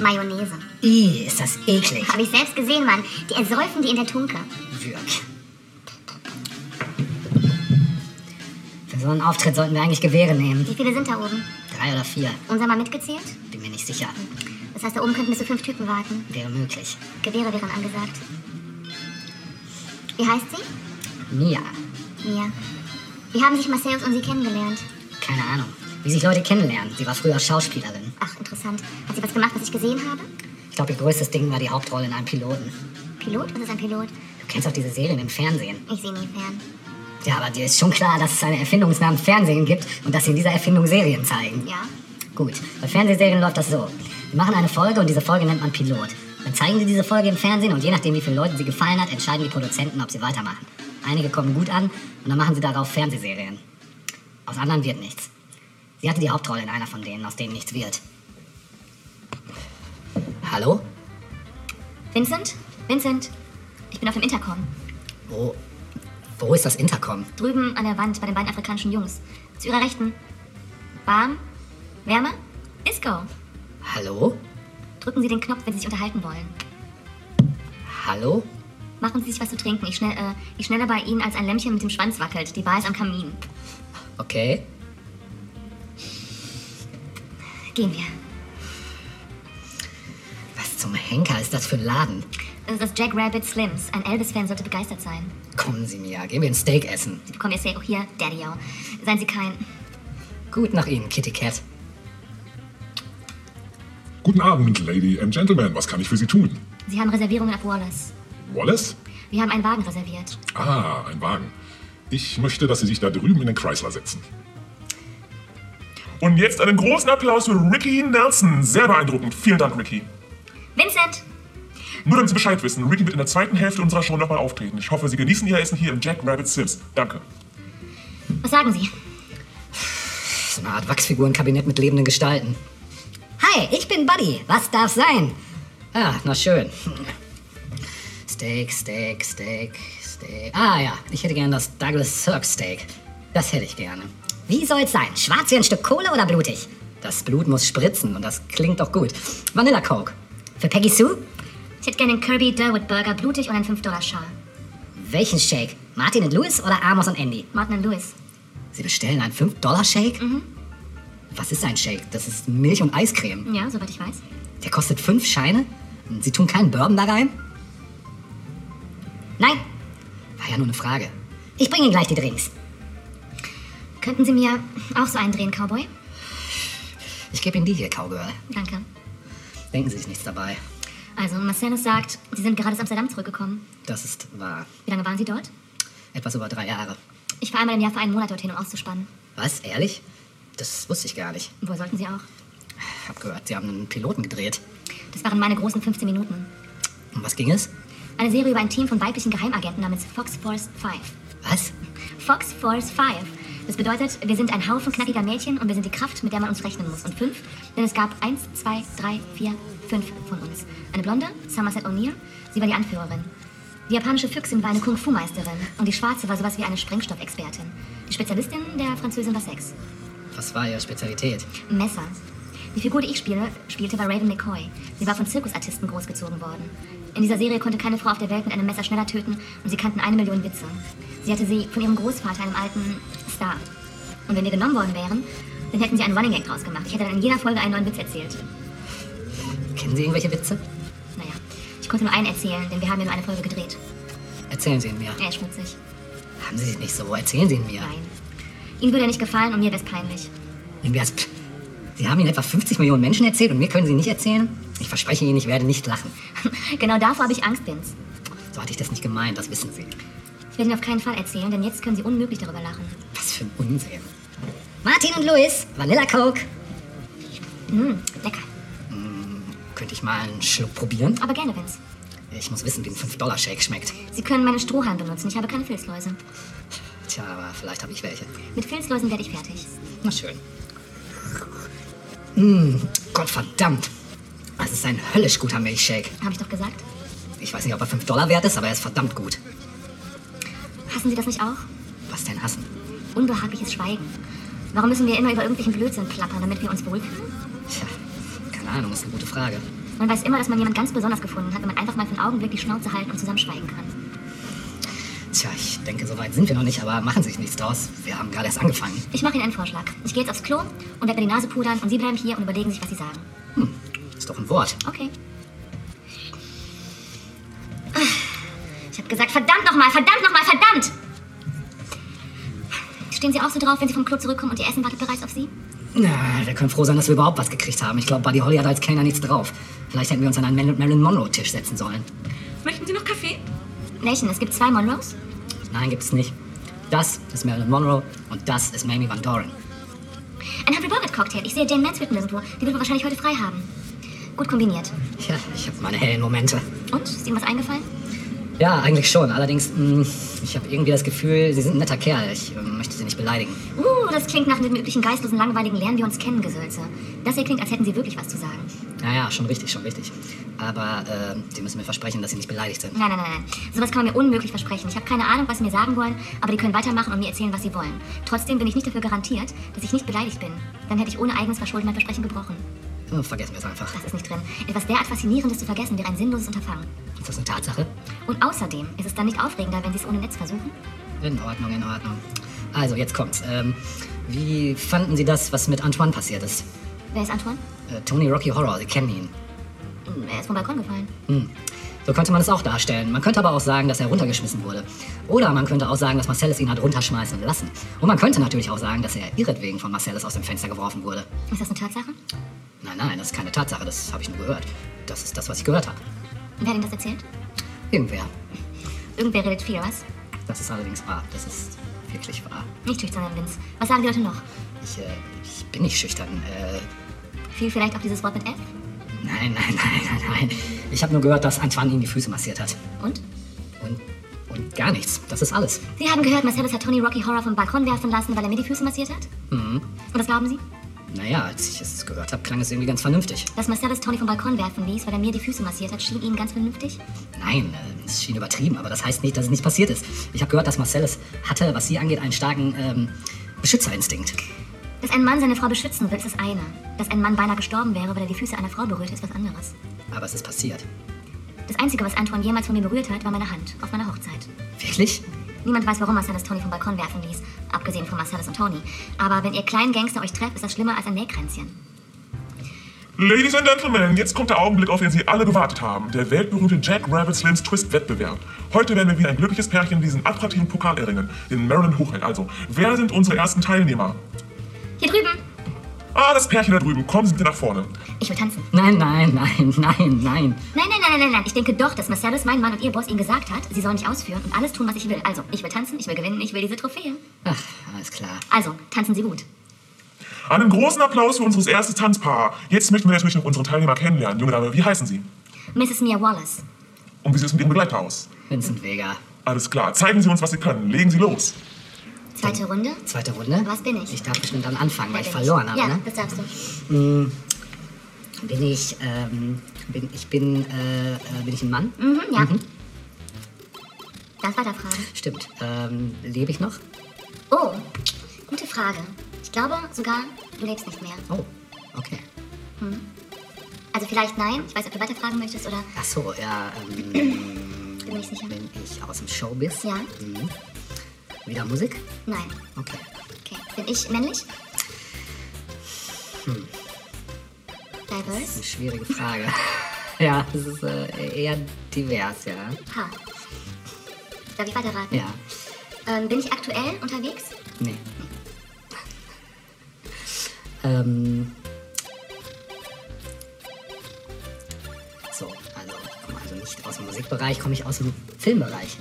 [SPEAKER 5] Mayonnaise.
[SPEAKER 6] Ih, ist das eklig.
[SPEAKER 5] Habe ich selbst gesehen, Mann. Die ersäufen die in der Tunke.
[SPEAKER 6] Würg. Für so einen Auftritt sollten wir eigentlich Gewehre nehmen.
[SPEAKER 5] Wie viele sind da oben?
[SPEAKER 6] Drei oder vier,
[SPEAKER 5] Unser mal mitgezählt?
[SPEAKER 6] bin mir nicht sicher.
[SPEAKER 5] Das heißt, da oben könnten bis zu fünf Typen warten.
[SPEAKER 6] Wäre möglich.
[SPEAKER 5] Gewehre wären angesagt. Wie heißt sie?
[SPEAKER 6] Mia.
[SPEAKER 5] Mia. Wie haben sich Marcellus und sie kennengelernt?
[SPEAKER 6] Keine Ahnung. Wie sich Leute kennenlernen. Sie war früher Schauspielerin.
[SPEAKER 5] Ach, interessant. Hat sie was gemacht, was ich gesehen habe?
[SPEAKER 6] Ich glaube, ihr größtes Ding war die Hauptrolle in einem Piloten.
[SPEAKER 5] Pilot? Was ist ein Pilot?
[SPEAKER 6] Du kennst auch diese Serien im Fernsehen.
[SPEAKER 5] Ich sehe nie fern.
[SPEAKER 6] Ja, aber dir ist schon klar, dass es eine Erfindungsnamen Fernsehen gibt und dass sie in dieser Erfindung Serien zeigen.
[SPEAKER 5] Ja?
[SPEAKER 6] Gut, bei Fernsehserien läuft das so. Wir machen eine Folge und diese Folge nennt man Pilot. Dann zeigen sie diese Folge im Fernsehen und je nachdem, wie vielen Leuten sie gefallen hat, entscheiden die Produzenten, ob sie weitermachen. Einige kommen gut an und dann machen sie darauf Fernsehserien. Aus anderen wird nichts. Sie hatte die Hauptrolle in einer von denen, aus denen nichts wird. Hallo?
[SPEAKER 5] Vincent? Vincent? Ich bin auf dem Intercom.
[SPEAKER 6] Wo? Wo ist das Intercom?
[SPEAKER 5] Drüben an der Wand bei den beiden afrikanischen Jungs. Zu ihrer Rechten. Warm? Wärme? Isco.
[SPEAKER 6] Hallo?
[SPEAKER 5] Drücken Sie den Knopf, wenn Sie sich unterhalten wollen.
[SPEAKER 6] Hallo?
[SPEAKER 5] Machen Sie sich was zu trinken. Ich, schnell, äh, ich schneller bei Ihnen, als ein Lämmchen mit dem Schwanz wackelt. Die Bar ist am Kamin.
[SPEAKER 6] Okay.
[SPEAKER 5] Gehen wir.
[SPEAKER 6] Was zum Henker ist das für ein Laden?
[SPEAKER 5] Äh, Das ist das Jack Rabbit Slims. Ein Elvis-Fan sollte begeistert sein.
[SPEAKER 6] Kommen Sie mir, gehen wir ein Steak essen.
[SPEAKER 5] Sie bekommen Ihr Steak auch hier, Daddy -O. Seien Sie kein...
[SPEAKER 6] Gut nach Ihnen, Kitty Cat.
[SPEAKER 1] Guten Abend, Lady and Gentlemen. Was kann ich für Sie tun?
[SPEAKER 5] Sie haben Reservierungen auf Wallace.
[SPEAKER 1] Wallace?
[SPEAKER 5] Wir haben einen Wagen reserviert.
[SPEAKER 1] Ah, ein Wagen. Ich möchte, dass Sie sich da drüben in den Chrysler setzen. Und jetzt einen großen Applaus für Ricky Nelson. Sehr beeindruckend. Vielen Dank, Ricky.
[SPEAKER 5] Vincent!
[SPEAKER 1] Nur damit Sie Bescheid wissen, Ricky wird in der zweiten Hälfte unserer Show nochmal auftreten. Ich hoffe, Sie genießen Ihr Essen hier im Jack Rabbit Sims. Danke.
[SPEAKER 5] Was sagen Sie?
[SPEAKER 6] So eine Art Wachsfigurenkabinett mit lebenden Gestalten. Hi, ich bin Buddy. Was darf sein? Ah, na schön. Steak, Steak, Steak, Steak. Ah ja, ich hätte gern das Douglas Sirk Steak. Das hätte ich gerne. Wie soll's sein? Schwarz wie ein Stück Kohle oder blutig? Das Blut muss spritzen und das klingt doch gut. Vanilla Coke. Für Peggy Sue?
[SPEAKER 5] Ich hätte gerne einen Kirby Durwood Burger, blutig und einen 5-Dollar-Schal.
[SPEAKER 6] Welchen Shake? Martin und Louis oder Amos und Andy? Mhm.
[SPEAKER 5] Martin und Lewis.
[SPEAKER 6] Sie bestellen einen 5-Dollar-Shake? Was ist ein Shake? Das ist Milch und Eiscreme.
[SPEAKER 5] Ja, soweit ich weiß.
[SPEAKER 6] Der kostet fünf Scheine? Und Sie tun keinen Bourbon da rein? Nein, war ja nur eine Frage. Ich bringe Ihnen gleich die Drinks.
[SPEAKER 5] Könnten Sie mir auch so einen drehen, Cowboy?
[SPEAKER 6] Ich gebe Ihnen die hier, Cowgirl.
[SPEAKER 5] Danke.
[SPEAKER 6] Denken Sie sich nichts dabei.
[SPEAKER 5] Also, Marcellus sagt, Sie sind gerade aus Amsterdam zurückgekommen.
[SPEAKER 6] Das ist wahr.
[SPEAKER 5] Wie lange waren Sie dort?
[SPEAKER 6] Etwas über drei Jahre.
[SPEAKER 5] Ich fahre einmal im Jahr für einen Monat dorthin, um auszuspannen.
[SPEAKER 6] Was? Ehrlich? Das wusste ich gar nicht.
[SPEAKER 5] Woher sollten Sie auch?
[SPEAKER 6] Hab gehört, Sie haben einen Piloten gedreht.
[SPEAKER 5] Das waren meine großen 15 Minuten.
[SPEAKER 6] Um was ging es?
[SPEAKER 5] Eine Serie über ein Team von weiblichen Geheimagenten namens Fox Force 5.
[SPEAKER 6] Was?
[SPEAKER 5] Fox Force 5. Das bedeutet, wir sind ein Haufen knackiger Mädchen und wir sind die Kraft, mit der man uns rechnen muss. Und fünf, denn es gab eins, zwei, drei, vier, fünf von uns. Eine Blonde, Somerset O'Neill, sie war die Anführerin. Die japanische Füchsin war eine Kung-Fu-Meisterin und die Schwarze war sowas wie eine Sprengstoffexpertin. Die Spezialistin der Französin war Sex.
[SPEAKER 6] Was war Ihre Spezialität?
[SPEAKER 5] Messer. Die Figur, die ich spiele, spielte war Raven McCoy. Sie war von Zirkusartisten großgezogen worden. In dieser Serie konnte keine Frau auf der Welt mit einem Messer schneller töten und sie kannten eine Million Witze. Sie hatte sie von ihrem Großvater, einem alten Star. Und wenn wir genommen worden wären, dann hätten sie einen Running Gag draus gemacht. Ich hätte dann in jeder Folge einen neuen Witz erzählt.
[SPEAKER 6] Kennen Sie irgendwelche Witze?
[SPEAKER 5] Naja, ich kurz mal einen erzählen, denn wir haben ja nur eine Folge gedreht.
[SPEAKER 6] Erzählen Sie ihn mir.
[SPEAKER 5] Er ist schmutzig.
[SPEAKER 6] Haben Sie es nicht so, erzählen Sie ihn mir.
[SPEAKER 5] Nein. Ihm würde er nicht gefallen und mir wär's peinlich.
[SPEAKER 6] Irgendwie als pff. Sie haben Ihnen etwa 50 Millionen Menschen erzählt und mir können Sie nicht erzählen? Ich verspreche Ihnen, ich werde nicht lachen.
[SPEAKER 5] genau davor habe ich Angst, Vince.
[SPEAKER 6] So hatte ich das nicht gemeint, das wissen Sie.
[SPEAKER 5] Ich werde ihn auf keinen Fall erzählen, denn jetzt können sie unmöglich darüber lachen.
[SPEAKER 6] Was für ein Unsinn.
[SPEAKER 5] Martin und Louis,
[SPEAKER 6] Vanilla Coke.
[SPEAKER 5] Hm, lecker.
[SPEAKER 6] Könnte ich mal einen Schluck probieren?
[SPEAKER 5] Aber gerne, Vince.
[SPEAKER 6] Ich muss wissen, wie ein 5-Dollar-Shake schmeckt.
[SPEAKER 5] Sie können meine Strohhalme benutzen. Ich habe keine Filzläuse.
[SPEAKER 6] Tja, aber vielleicht habe ich welche.
[SPEAKER 5] Mit Filzläusen werde ich fertig.
[SPEAKER 6] Na schön. Mmh, Gott verdammt. Das ist ein höllisch guter Milchshake.
[SPEAKER 5] Habe ich doch gesagt.
[SPEAKER 6] Ich weiß nicht, ob er 5 Dollar wert ist, aber er ist verdammt gut.
[SPEAKER 5] Hassen Sie das nicht auch?
[SPEAKER 6] Was denn hassen?
[SPEAKER 5] Unbehagliches Schweigen. Warum müssen wir immer über irgendwelchen Blödsinn plappern, damit wir uns wohlfühlen?
[SPEAKER 6] Tja, keine Ahnung, ist eine gute Frage.
[SPEAKER 5] Man weiß immer, dass man jemand ganz besonders gefunden hat, wenn man einfach mal für einen Augenblick die Schnauze halten und zusammen schweigen kann.
[SPEAKER 6] Tja, ich denke, so weit sind wir noch nicht, aber machen Sie sich nichts draus. Wir haben gerade erst angefangen.
[SPEAKER 5] Ich mache Ihnen einen Vorschlag. Ich gehe jetzt aufs Klo und werde mir die Nase pudern und Sie bleiben hier und überlegen sich, was Sie sagen.
[SPEAKER 6] Ist doch ein Wort.
[SPEAKER 5] Okay. Ah, Ich habe gesagt, verdammt nochmal, verdammt nochmal, verdammt! Stehen Sie auch so drauf, wenn Sie vom Club zurückkommen und Ihr Essen wartet bereits auf Sie?
[SPEAKER 6] Na, wir können froh sein, dass wir überhaupt was gekriegt haben. Ich glaube, Buddy Holly hat als Kellner nichts drauf. Vielleicht hätten wir uns an einen Mar- Marilyn Monroe-Tisch setzen sollen.
[SPEAKER 3] Möchten Sie noch Kaffee?
[SPEAKER 5] Welchen? Es gibt zwei Monroes?
[SPEAKER 6] Nein, gibt's nicht. Das ist Marilyn Monroe und das ist Mamie Van Doren.
[SPEAKER 5] Ein Humphrey Bogart Cocktail. Ich sehe Jane Mansfield irgendwo. Die wird wohl wahrscheinlich heute frei haben. Gut kombiniert.
[SPEAKER 6] Ja, ich habe meine hellen Momente.
[SPEAKER 5] Und? Ist Ihnen was eingefallen?
[SPEAKER 6] Ja, eigentlich schon. Allerdings, mh, ich habe irgendwie das Gefühl, Sie sind ein netter Kerl. Ich äh, möchte Sie nicht beleidigen.
[SPEAKER 5] Uh, das klingt nach dem üblichen geistlosen, langweiligen Lernen wir uns kennen, Gesölze. Das hier klingt, als hätten Sie wirklich was zu sagen.
[SPEAKER 6] Naja, schon richtig, schon richtig. Aber äh, Sie müssen mir versprechen, dass Sie nicht beleidigt sind.
[SPEAKER 5] Nein, nein, nein, nein. Sowas kann man mir unmöglich versprechen. Ich habe keine Ahnung, was Sie mir sagen wollen, aber die können weitermachen und mir erzählen, was sie wollen. Trotzdem bin ich nicht dafür garantiert, dass ich nicht beleidigt bin. Dann hätte ich ohne eigenes Verschulden mein Versprechen gebrochen.
[SPEAKER 6] Oh, vergessen wir es einfach.
[SPEAKER 5] Das ist nicht drin. Etwas derart Faszinierendes zu vergessen wäre ein sinnloses Unterfangen.
[SPEAKER 6] Ist das eine Tatsache?
[SPEAKER 5] Und außerdem ist es dann nicht aufregender, wenn Sie es ohne Netz versuchen?
[SPEAKER 6] In Ordnung, in Ordnung. Also, jetzt kommt's. Ähm, wie fanden Sie das, was mit Antoine passiert ist?
[SPEAKER 5] Wer ist Antoine?
[SPEAKER 6] Äh, Tony Rocky Horror, Sie kennen ihn. Hm.
[SPEAKER 5] Hm, Er ist vom Balkon gefallen.
[SPEAKER 6] So könnte man es auch darstellen. Man könnte aber auch sagen, dass er runtergeschmissen wurde. Oder man könnte auch sagen, dass Marcellus ihn hat runterschmeißen lassen. Und man könnte natürlich auch sagen, dass er ihretwegen von Marcellus aus dem Fenster geworfen wurde.
[SPEAKER 5] Ist das eine Tatsache?
[SPEAKER 6] Nein, nein, das ist keine Tatsache, das habe ich nur gehört. Das ist das, was ich gehört habe.
[SPEAKER 5] Wer hat Ihnen das erzählt?
[SPEAKER 6] Irgendwer.
[SPEAKER 5] Irgendwer redet viel, was?
[SPEAKER 6] Das ist allerdings wahr. Das ist wirklich wahr.
[SPEAKER 5] Nicht schüchtern, Herr Vince. Was sagen die Leute noch?
[SPEAKER 6] Ich, äh, ich bin nicht schüchtern. Äh,
[SPEAKER 5] Fiel vielleicht auch dieses Wort mit F?
[SPEAKER 6] nein, nein, nein, nein, nein. Ich habe nur gehört, dass Antoine ihm die Füße massiert hat.
[SPEAKER 5] Und?
[SPEAKER 6] Und, und gar nichts. Das ist alles.
[SPEAKER 5] Sie haben gehört, Marcellus hat Tony Rocky Horror vom Balkon werfen lassen, weil er mir die Füße massiert hat? Mhm. Und was glauben Sie?
[SPEAKER 6] Naja, als ich es gehört habe, klang es irgendwie ganz vernünftig.
[SPEAKER 5] Dass Marcellus Tony vom Balkon werfen ließ, weil er mir die Füße massiert hat, schien Ihnen ganz vernünftig?
[SPEAKER 6] Nein, äh, es schien übertrieben, aber das heißt nicht, dass es nicht passiert ist. Ich habe gehört, dass Marcellus hatte, was sie angeht, einen starken ähm, Beschützerinstinkt.
[SPEAKER 5] Dass ein Mann seine Frau beschützen will, ist das eine. Dass ein Mann beinahe gestorben wäre, weil er die Füße einer Frau berührte, ist was anderes.
[SPEAKER 6] Aber es ist passiert.
[SPEAKER 5] Das Einzige, was Antoine jemals von mir berührt hat, war meine Hand, auf meiner Hochzeit.
[SPEAKER 6] Wirklich?
[SPEAKER 5] Niemand weiß, warum Marcellus Tony vom Balkon werfen ließ, abgesehen von Marcellus und Tony. Aber wenn ihr kleinen Gangster euch trefft, ist das schlimmer als ein Nähkränzchen.
[SPEAKER 1] Ladies and Gentlemen, jetzt kommt der Augenblick, auf den Sie alle gewartet haben. Der weltberühmte Jack Rabbit Slims Twist Wettbewerb. Heute werden wir wie ein glückliches Pärchen diesen attraktiven Pokal erringen. Den Maryland Hochheld also. Wer sind unsere ersten Teilnehmer?
[SPEAKER 5] Hier drüben!
[SPEAKER 1] Ah, das Pärchen da drüben. Kommen Sie bitte nach vorne.
[SPEAKER 5] Ich will tanzen.
[SPEAKER 6] Nein, nein, nein, nein, nein.
[SPEAKER 5] Nein, nein, nein, nein, nein, nein. Ich denke doch, dass Marcellus, mein Mann und ihr Boss ihm gesagt hat, sie sollen nicht ausführen und alles tun, was ich will. Also, ich will tanzen, ich will gewinnen, ich will diese Trophäe.
[SPEAKER 6] Ach, alles klar.
[SPEAKER 5] Also, tanzen Sie gut.
[SPEAKER 1] Einen großen Applaus für unser erstes Tanzpaar. Jetzt möchten wir natürlich noch unsere Teilnehmer kennenlernen. Junge Dame, wie heißen Sie?
[SPEAKER 5] Mrs. Mia Wallace.
[SPEAKER 1] Und wie sieht es mit Ihrem Begleiter aus?
[SPEAKER 6] Vincent Vega.
[SPEAKER 1] Alles klar, zeigen Sie uns, was Sie können. Legen Sie los.
[SPEAKER 5] Zweite Runde.
[SPEAKER 6] Zweite Runde?
[SPEAKER 5] Was bin ich?
[SPEAKER 6] Ich darf bestimmt dann anfangen, weil ich
[SPEAKER 5] Wer bin
[SPEAKER 6] verloren habe,
[SPEAKER 5] Ja,
[SPEAKER 6] ne?
[SPEAKER 5] das darfst du.
[SPEAKER 6] Bin ich, ähm, bin, ich bin, äh, äh, bin ich ein Mann?
[SPEAKER 5] Mhm, ja. Darf weiterfragen.
[SPEAKER 6] Stimmt. Ähm, lebe ich noch?
[SPEAKER 5] Oh, gute Frage. Ich glaube sogar, du lebst nicht mehr.
[SPEAKER 6] Oh, okay.
[SPEAKER 5] Also vielleicht nein. Ich weiß, ob du weiterfragen möchtest oder
[SPEAKER 6] Ach so, ja, ähm,
[SPEAKER 5] bin mir nicht sicher.
[SPEAKER 6] bin ich aus dem Showbiz?
[SPEAKER 5] Ja.
[SPEAKER 6] Mhm. Wieder Musik?
[SPEAKER 5] Nein.
[SPEAKER 6] Okay.
[SPEAKER 5] Okay. Bin ich männlich? Diverse?
[SPEAKER 6] Hm. Eine schwierige Frage. Ja, es ist äh, eher divers, ja.
[SPEAKER 5] H. Darf ich weiterraten?
[SPEAKER 6] Ja,
[SPEAKER 5] Ähm, bin ich aktuell unterwegs?
[SPEAKER 6] nee. Ähm. So, also, ich komme also nicht aus dem Musikbereich, komme ich aus dem Filmbereich.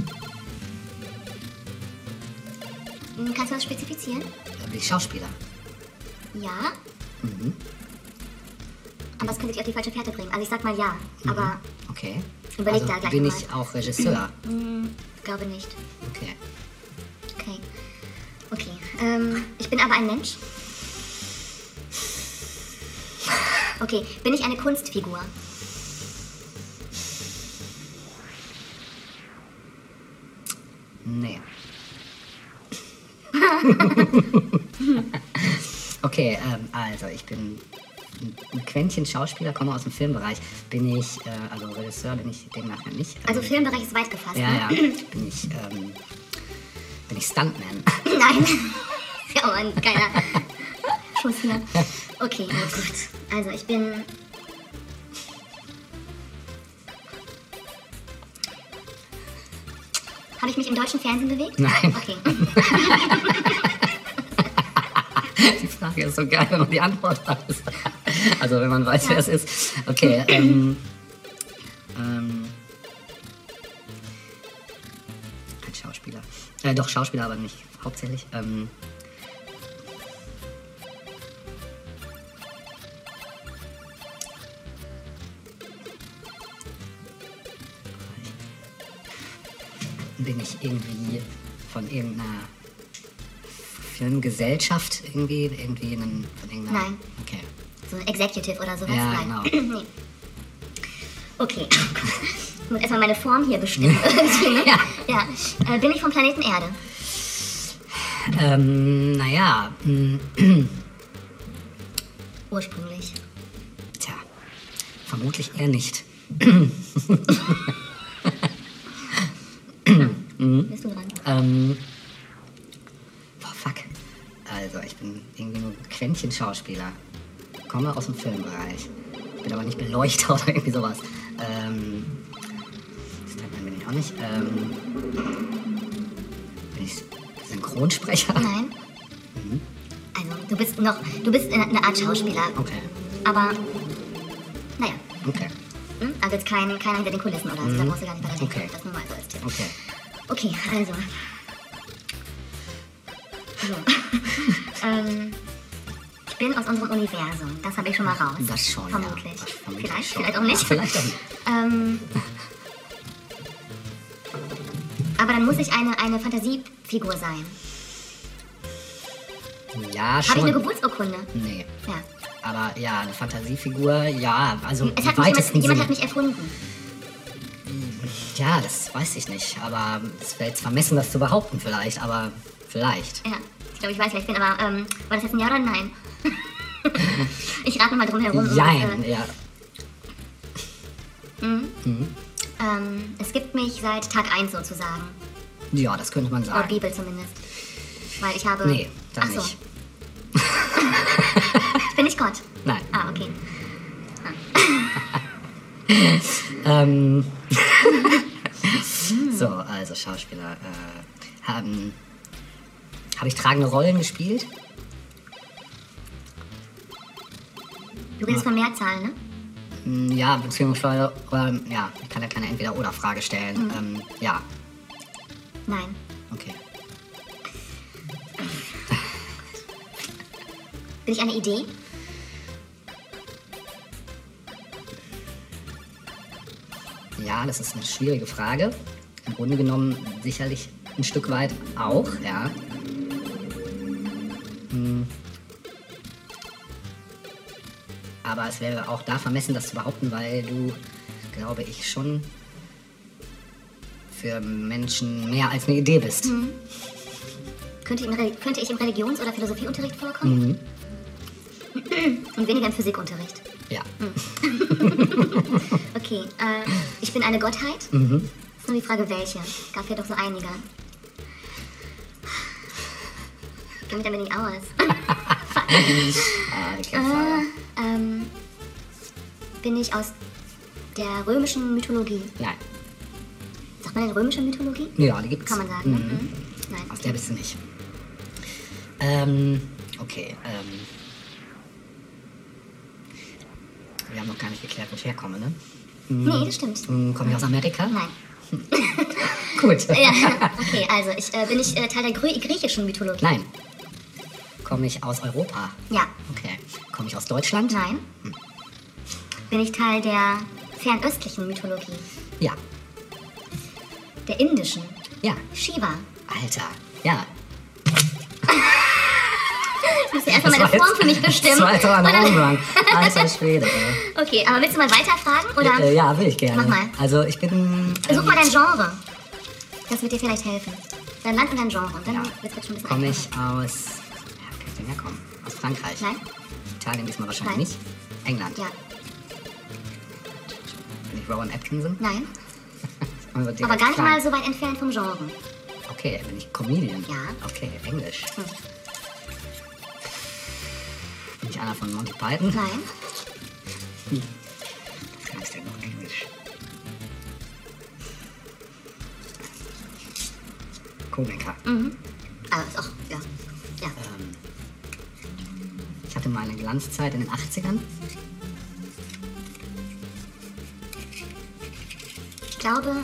[SPEAKER 5] Hm, Kannst du das spezifizieren?
[SPEAKER 6] Da bin ich Schauspieler.
[SPEAKER 5] Ja.
[SPEAKER 6] Mhm.
[SPEAKER 5] Aber das könnte dich auf die falsche Fährte bringen. Also ich sag mal ja, aber
[SPEAKER 6] Okay.
[SPEAKER 5] Überleg
[SPEAKER 6] also
[SPEAKER 5] da gleich
[SPEAKER 6] bin
[SPEAKER 5] mal.
[SPEAKER 6] ich auch Regisseur.
[SPEAKER 5] glaube nicht.
[SPEAKER 6] Okay.
[SPEAKER 5] Okay. Okay. Ähm, ich bin aber ein Mensch. Okay, bin ich eine Kunstfigur?
[SPEAKER 6] Nee. okay, ähm, also ich bin ein- ein Quäntchen Schauspieler, komme aus dem Filmbereich. Bin ich, äh, also Regisseur bin ich demnach ja nicht.
[SPEAKER 5] Also
[SPEAKER 6] Ähm,
[SPEAKER 5] Filmbereich ist weit gefasst.
[SPEAKER 6] Ja,
[SPEAKER 5] ne?
[SPEAKER 6] ja. Bin ich, ähm, bin ich Stuntman.
[SPEAKER 5] Nein. ja, Mann, keiner. Schuss hier. Okay, na gut. Also, ich bin. Habe ich mich im deutschen Fernsehen bewegt?
[SPEAKER 6] Nein.
[SPEAKER 5] Okay.
[SPEAKER 6] Die Frage ist so geil, wenn man die Antwort weiß. Also wenn man weiß, wer es ist. Okay, ähm. ähm ein Schauspieler. Äh, doch, Schauspieler, aber nicht hauptsächlich. Ähm, bin ich irgendwie von irgendeiner Filmgesellschaft irgendwie, irgendwie einen, von irgendeiner...
[SPEAKER 5] Nein.
[SPEAKER 6] Okay.
[SPEAKER 5] So Executive oder sowas.
[SPEAKER 6] Ja,
[SPEAKER 5] Nein.
[SPEAKER 6] genau.
[SPEAKER 5] nee. Okay. Ich muss erstmal meine Form hier bestimmen. Irgendwie, ne?
[SPEAKER 6] Ja.
[SPEAKER 5] ja. Äh, bin ich vom Planeten Erde?
[SPEAKER 6] Ähm, naja, mh,
[SPEAKER 5] Ursprünglich.
[SPEAKER 6] tja, vermutlich eher nicht. Hm?
[SPEAKER 5] Bist du dran?
[SPEAKER 6] Ähm, boah, fuck. Also, ich bin irgendwie nur ein Quäntchen-Schauspieler. Komme aus dem Filmbereich. Bin aber nicht Beleuchter oder irgendwie sowas. Ähm, Stuntman bin ich auch nicht. Ähm, bin ich Synchronsprecher?
[SPEAKER 5] Nein.
[SPEAKER 6] Mhm.
[SPEAKER 5] Also, du bist noch. Du bist äh, eine Art Schauspieler.
[SPEAKER 6] Okay,
[SPEAKER 5] Aber, naja,
[SPEAKER 6] okay,
[SPEAKER 5] hm? also jetzt kein, keiner hinter den Kulissen oder so, da brauchst du gar nicht weiter denken.
[SPEAKER 6] Mhm. Okay.
[SPEAKER 5] Das nur mal so als Tipp.
[SPEAKER 6] okay.
[SPEAKER 5] Okay, also. So. ähm, ich bin aus unserem Universum, das habe ich schon mal raus.
[SPEAKER 6] Das schon, ja.
[SPEAKER 5] Vermutlich.
[SPEAKER 6] Das vermutlich
[SPEAKER 5] Vielleicht,
[SPEAKER 6] schon.
[SPEAKER 5] vielleicht auch nicht.
[SPEAKER 6] Ja, vielleicht auch nicht.
[SPEAKER 5] Ähm, aber dann muss ich eine, eine Fantasiefigur sein.
[SPEAKER 6] Ja,
[SPEAKER 5] Habe ich eine
[SPEAKER 6] schon. Hm.
[SPEAKER 5] Geburtsurkunde?
[SPEAKER 6] Nee.
[SPEAKER 5] Ja.
[SPEAKER 6] Aber ja, eine Fantasiefigur, ja, also
[SPEAKER 5] Es hat
[SPEAKER 6] im
[SPEAKER 5] mich jemand,
[SPEAKER 6] weitesten
[SPEAKER 5] jemand
[SPEAKER 6] Sinne.
[SPEAKER 5] hat mich erfunden.
[SPEAKER 6] Ja, das weiß ich nicht, aber es wäre jetzt vermessen, das zu behaupten vielleicht, aber vielleicht.
[SPEAKER 5] Ja, ich glaube, ich weiß, wer ich bin, aber ähm, war das jetzt ein Ja oder ein Nein? ich rate mal drum herum.
[SPEAKER 6] Jein,
[SPEAKER 5] Und, äh,
[SPEAKER 6] ja.
[SPEAKER 5] ähm, es gibt mich seit Tag 1 sozusagen.
[SPEAKER 6] Ja, das könnte man
[SPEAKER 5] Laut
[SPEAKER 6] sagen.
[SPEAKER 5] Bibel zumindest. Weil ich habe.
[SPEAKER 6] Nee, dann
[SPEAKER 5] Ach so.
[SPEAKER 6] nicht.
[SPEAKER 5] Ich bin nicht Gott.
[SPEAKER 6] Nein.
[SPEAKER 5] Ah, okay.
[SPEAKER 6] Ähm. so, also Schauspieler. Äh, haben. Habe ich tragende Rollen gespielt?
[SPEAKER 5] Du redest von Mehrzahl, ne?
[SPEAKER 6] Hm, Ja, beziehungsweise, ähm, ja, ich kann ja keine Entweder-Oder-Frage stellen.
[SPEAKER 5] Mhm.
[SPEAKER 6] Ähm, ja,
[SPEAKER 5] Nein.
[SPEAKER 6] okay.
[SPEAKER 5] Bin ich eine Idee?
[SPEAKER 6] Ja, das ist eine schwierige Frage. Im Grunde genommen sicherlich ein Stück weit auch, ja. Hm. Aber es wäre auch da vermessen, das zu behaupten, weil du, glaube ich, schon für Menschen mehr als eine Idee bist.
[SPEAKER 5] Mhm. Könnte, im Re- könnte ich im Religions- oder Philosophieunterricht vorkommen?
[SPEAKER 6] Mhm.
[SPEAKER 5] Und weniger im Physikunterricht.
[SPEAKER 6] Ja.
[SPEAKER 5] Mhm. Okay, äh, ich bin eine Gottheit.
[SPEAKER 6] Mhm.
[SPEAKER 5] Ist nur die Frage, welche. Gab ja doch so einige. Ich kenne mich damit nicht aus.
[SPEAKER 6] Ah, die Kämpfer.
[SPEAKER 5] Äh, Ähm, bin ich aus der der römischen Mythologie.
[SPEAKER 6] Nein.
[SPEAKER 5] Sagt man denn römische Mythologie?
[SPEAKER 6] Ja, die gibt's.
[SPEAKER 5] Kann man sagen, ne? Mhm. Nein.
[SPEAKER 6] Aus der bist du nicht. Ähm, okay, ähm. Wir haben noch gar nicht geklärt, wo ich herkomme, ne?
[SPEAKER 5] Nee, das stimmt.
[SPEAKER 6] Hm, Komme ich aus Amerika?
[SPEAKER 5] Nein.
[SPEAKER 6] Gut.
[SPEAKER 5] Ja, okay, also ich äh, bin ich äh, Teil der Grö griechischen Mythologie.
[SPEAKER 6] Nein. Komme ich aus Europa?
[SPEAKER 5] Ja.
[SPEAKER 6] Okay. Komme ich aus Deutschland?
[SPEAKER 5] Nein. Bin ich Teil der fernöstlichen Mythologie,
[SPEAKER 6] Ja.
[SPEAKER 5] der indischen.
[SPEAKER 6] Ja.
[SPEAKER 5] Shiva.
[SPEAKER 6] Alter. Ja.
[SPEAKER 5] Ich muss ja erstmal meine
[SPEAKER 6] Das war
[SPEAKER 5] Form für mich
[SPEAKER 6] jetzt-
[SPEAKER 5] bestimmen.
[SPEAKER 6] Das war jetzt aber
[SPEAKER 5] Und
[SPEAKER 6] ein
[SPEAKER 5] dann-
[SPEAKER 6] Homerun. Alter Schwede, ey.
[SPEAKER 5] Okay, aber willst du mal weiterfragen? Oder
[SPEAKER 6] Äh, ja, will ich gerne.
[SPEAKER 5] Mach mal.
[SPEAKER 6] Also, ich bin. ähm,
[SPEAKER 5] such mal dein Genre. Das wird dir vielleicht helfen. Dein Land und dein Genre. Und dann wird es schon ein bisschen
[SPEAKER 6] Komme
[SPEAKER 5] einfacher.
[SPEAKER 6] ich aus. Ja, wo kann ich denn herkommen? Aus Frankreich.
[SPEAKER 5] Nein?
[SPEAKER 6] Italien diesmal wahrscheinlich
[SPEAKER 5] Nein.
[SPEAKER 6] nicht. England.
[SPEAKER 5] Ja.
[SPEAKER 6] Bin ich Rowan Atkinson?
[SPEAKER 5] Nein?
[SPEAKER 6] Also direkt
[SPEAKER 5] Aber gar nicht
[SPEAKER 6] Frank.
[SPEAKER 5] mal so weit entfernt vom Genre.
[SPEAKER 6] Okay, bin ich Comedian?
[SPEAKER 5] Ja.
[SPEAKER 6] Okay, Englisch.
[SPEAKER 5] Hm.
[SPEAKER 6] Bin ich einer von Monty Python?
[SPEAKER 5] Nein?
[SPEAKER 6] Was kann ich denn noch Englisch? Komiker.
[SPEAKER 5] Also ist auch, ja. Ja.
[SPEAKER 6] Ich hatte meine Glanzzeit in den 80ern.
[SPEAKER 5] Ich glaube.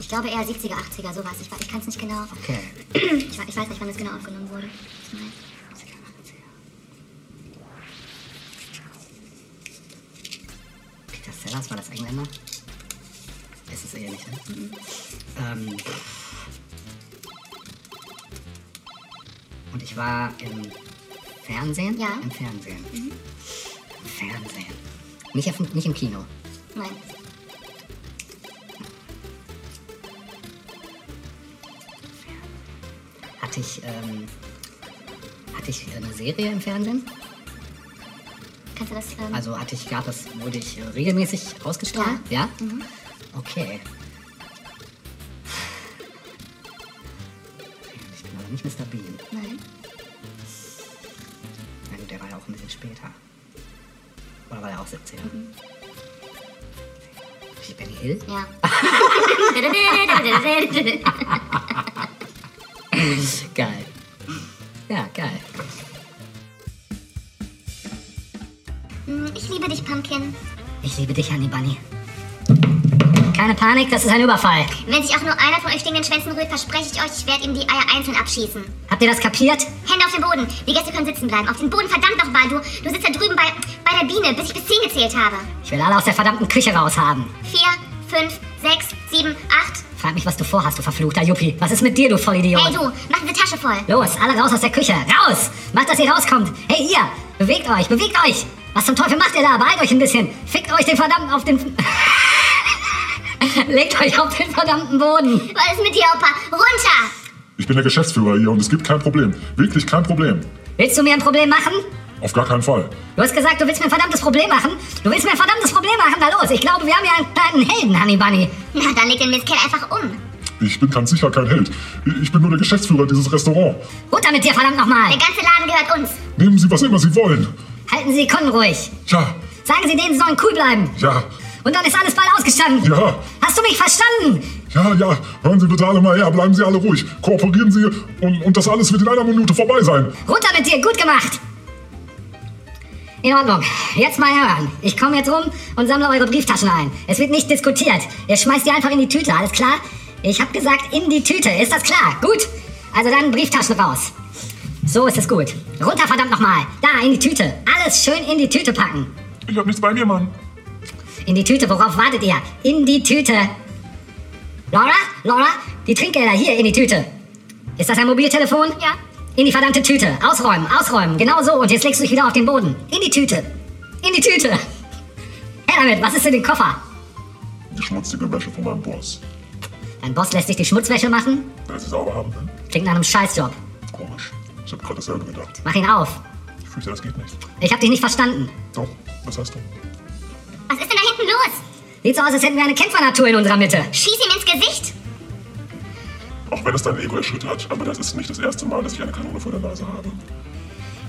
[SPEAKER 5] Ich glaube eher 70er, 80er, sowas. Ich, weiß- ich kann es nicht genau.
[SPEAKER 6] Okay.
[SPEAKER 5] Ich, we- ich weiß nicht, wann das genau aufgenommen wurde. Tut mir leid.
[SPEAKER 6] Peter Sellers, war das Engländer? Ist es eher nicht, ne? Ähm, und ich war im Fernsehen?
[SPEAKER 5] Ja.
[SPEAKER 6] Im Fernsehen. Im Fernsehen. Nicht, auf, nicht im Kino.
[SPEAKER 5] Nein.
[SPEAKER 6] Hatte ich, ähm, hatte ich eine Serie im Fernsehen?
[SPEAKER 5] Kannst du das. Ähm,
[SPEAKER 6] Also hatte ich, gab das, wurde ich äh, regelmäßig ausgestrahlt? Ja. Mhm. Okay. Ich bin aber nicht Mr. Bean.
[SPEAKER 5] nein.
[SPEAKER 6] Na gut, der war ja auch ein bisschen später. Oder war er auch 70er? Wie Benny Hill?
[SPEAKER 5] Ja.
[SPEAKER 6] Geil. Ja, geil.
[SPEAKER 5] Hm, ich liebe dich, Pumpkin.
[SPEAKER 6] Ich liebe dich, Honey Bunny. Keine Panik, das ist ein Überfall.
[SPEAKER 5] Wenn sich auch nur einer von euch den Schwänzen rührt, verspreche ich euch, ich werde ihm die Eier einzeln abschießen.
[SPEAKER 6] Habt ihr das kapiert?
[SPEAKER 5] Hände auf den Boden. Die Gäste können sitzen bleiben. Auf den Boden, verdammt nochmal. Du, du sitzt da drüben bei, bei der Biene, bis ich bis 10 gezählt habe.
[SPEAKER 6] Ich will alle aus der verdammten Küche raus haben.
[SPEAKER 5] 4, 5, 6, 7, 8.
[SPEAKER 6] Frag mich, was du vorhast, du verfluchter Yuppie. Was ist mit dir, du Vollidiot?
[SPEAKER 5] Hey du, mach diese Tasche voll.
[SPEAKER 6] Los, alle raus aus der Küche. Raus! Macht, dass ihr rauskommt. Hey, ihr! Bewegt euch, bewegt euch! Was zum Teufel macht ihr da? Beeilt euch ein bisschen. Fickt euch den verdammten auf den... Legt euch auf den verdammten Boden.
[SPEAKER 5] Was ist mit dir, Opa? Runter!
[SPEAKER 1] Ich bin der Geschäftsführer hier und es gibt kein Problem. Wirklich kein Problem.
[SPEAKER 6] Willst du mir ein Problem machen?
[SPEAKER 1] Auf gar keinen Fall.
[SPEAKER 6] Du hast gesagt, du willst mir ein verdammtes Problem machen. Du willst mir ein verdammtes Problem machen. Na los, ich glaube, wir haben hier einen kleinen Helden, Honey Bunny.
[SPEAKER 5] Na, dann leg den Mistkerl einfach um.
[SPEAKER 1] Ich bin ganz sicher kein Held. Ich bin nur der Geschäftsführer dieses Restaurant.
[SPEAKER 6] Runter mit dir, verdammt nochmal.
[SPEAKER 5] Der ganze Laden gehört uns.
[SPEAKER 1] Nehmen Sie, was immer Sie wollen.
[SPEAKER 6] Halten Sie die Kunden ruhig.
[SPEAKER 1] Ja,
[SPEAKER 6] Sagen Sie denen, sie sollen cool bleiben.
[SPEAKER 1] ja,
[SPEAKER 6] Und dann ist alles bald ausgestanden.
[SPEAKER 1] ja,
[SPEAKER 6] Hast du mich verstanden?
[SPEAKER 1] ja, ja. Hören Sie bitte alle mal her, bleiben Sie alle ruhig. Kooperieren Sie und, und das alles wird in einer Minute vorbei sein.
[SPEAKER 6] Runter mit dir, gut gemacht! In Ordnung, jetzt mal hören. Ich komme jetzt rum und sammle eure Brieftaschen ein. Es wird nicht diskutiert. Ihr schmeißt die einfach in die Tüte, alles klar? Ich hab gesagt, in die Tüte, ist das klar? Gut? Also dann Brieftaschen raus. So ist es gut. Runter, verdammt nochmal. Da, in die Tüte. Alles schön in die Tüte packen.
[SPEAKER 1] Ich hab nichts bei mir, Mann.
[SPEAKER 6] In die Tüte, worauf wartet ihr? In die Tüte. Laura, Laura, die Trinkgelder hier in die Tüte. Ist das ein Mobiltelefon?
[SPEAKER 5] Ja.
[SPEAKER 6] In die verdammte Tüte. Ausräumen, ausräumen. Genau so. Und jetzt legst du dich wieder auf den Boden. In die Tüte. In die Tüte. Her damit, was ist in dem Koffer?
[SPEAKER 1] Die schmutzige Wäsche von meinem Boss.
[SPEAKER 6] Dein Boss lässt sich die Schmutzwäsche machen?
[SPEAKER 1] Will sie sauber haben, ne?
[SPEAKER 6] Klingt nach einem Scheißjob.
[SPEAKER 1] Komisch. Ich hab gerade dasselbe gedacht.
[SPEAKER 6] Mach ihn auf.
[SPEAKER 1] Ich fühlte, das geht nicht.
[SPEAKER 6] Ich hab dich nicht verstanden.
[SPEAKER 1] Doch, was hast du?
[SPEAKER 5] Was ist denn da hinten los?
[SPEAKER 6] Sieht so aus, als hätten wir eine Kämpfernatur in unserer Mitte.
[SPEAKER 5] Schieß ihm ins Gesicht.
[SPEAKER 1] Auch wenn es dein Ego erschüttert, aber das ist nicht das erste Mal, dass ich eine Kanone vor der Nase habe.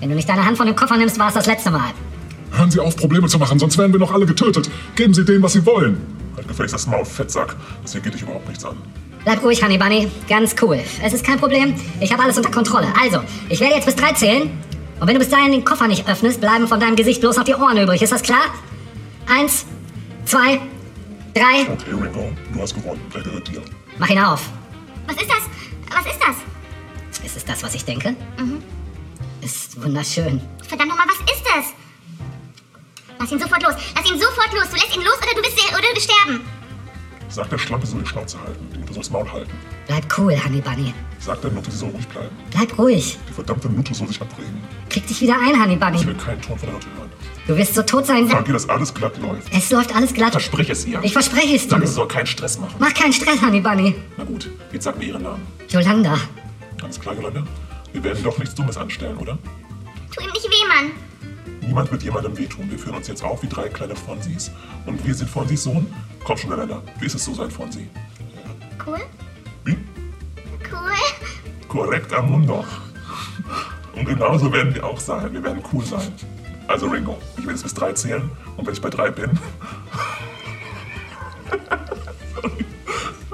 [SPEAKER 6] Wenn du nicht deine Hand von dem Koffer nimmst, war es das letzte Mal.
[SPEAKER 7] Hören Sie auf, Probleme zu machen, sonst werden wir noch alle getötet. Geben Sie denen, was sie wollen.
[SPEAKER 1] Halt gefälligst das Maul, Fettsack. Das hier geht dich überhaupt nichts an.
[SPEAKER 6] Bleib ruhig, Honey Bunny. Ganz cool. Es ist kein Problem. Ich habe alles unter Kontrolle. Also, ich werde jetzt bis drei zählen. Und wenn du bis dahin den Koffer nicht öffnest, bleiben von deinem Gesicht bloß noch die Ohren übrig. Ist das klar? Eins, zwei, drei.
[SPEAKER 1] Okay, Ringo, du hast gewonnen. Der gehört dir.
[SPEAKER 6] Mach ihn auf.
[SPEAKER 5] Was ist das? Was ist das?
[SPEAKER 6] Ist es das, was ich denke? Ist wunderschön.
[SPEAKER 5] Verdammt nochmal, was ist das? Lass ihn sofort los. Lass ihn sofort los. Du lässt ihn los oder du bist oder du wirst sterben.
[SPEAKER 1] Sagt der Schlampe, sie soll die Schnauze halten. Die Nutte soll das Maul halten.
[SPEAKER 6] Bleib cool, Honey Bunny.
[SPEAKER 1] Sagt der Nutte, sie soll ruhig bleiben.
[SPEAKER 6] Bleib ruhig.
[SPEAKER 1] Die verdammte Nutte soll sich abregen.
[SPEAKER 6] Krieg dich wieder ein, Honey
[SPEAKER 1] Ich
[SPEAKER 6] Bunny.
[SPEAKER 1] will keinen Ton von der Nutte hören.
[SPEAKER 6] Du wirst so tot sein.
[SPEAKER 1] Sag ihr, dass alles glatt läuft.
[SPEAKER 6] Es läuft alles glatt.
[SPEAKER 1] Versprich es ihr.
[SPEAKER 6] Ich verspreche es
[SPEAKER 1] Sag,
[SPEAKER 6] dir.
[SPEAKER 1] sie soll keinen Stress machen.
[SPEAKER 6] Mach keinen Stress, Honey Bunny.
[SPEAKER 1] Na gut, jetzt sag mir ihren Namen.
[SPEAKER 6] Yolanda.
[SPEAKER 1] Ganz klar, Jolanda. Wir werden doch nichts Dummes anstellen, oder?
[SPEAKER 5] Tu ihm nicht weh, Mann.
[SPEAKER 1] Niemand wird jemandem wehtun. Wir führen uns jetzt auf wie drei kleine Fonsis. Und wir sind Fonsis Sohn? Komm schon, Jolanda. Wie ist es so sein Fonsi?
[SPEAKER 5] Cool?
[SPEAKER 1] Wie?
[SPEAKER 5] Cool?
[SPEAKER 1] Korrekt am Mundo. Und genauso werden wir auch sein. Wir werden cool sein. Also Ringo, ich will jetzt bis drei zählen. Und wenn ich bei drei bin,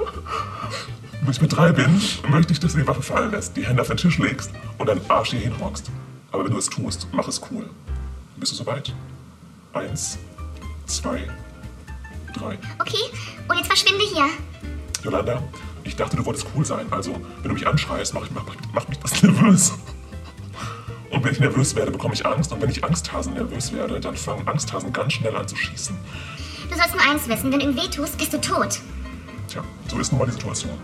[SPEAKER 1] wenn ich bei drei bin, möchte ich, dass du die Waffe fallen lässt, die Hände auf den Tisch legst und deinen Arsch hier hinrockst. Aber wenn du es tust, mach es cool. Bist du soweit? Eins, zwei, drei.
[SPEAKER 5] Okay. Und jetzt verschwinde hier.
[SPEAKER 1] Jolanda, ich dachte, du wolltest cool sein. Also, wenn du mich anschreist, macht mach, mach mich das nervös. Und wenn ich nervös werde, bekomme ich Angst. Und wenn ich Angsthasen nervös werde, dann fangen Angsthasen ganz schnell an zu schießen.
[SPEAKER 5] Du sollst nur eins wissen. Wenn du ihm weh tust, bist du tot.
[SPEAKER 1] Tja, so ist nun mal die Situation.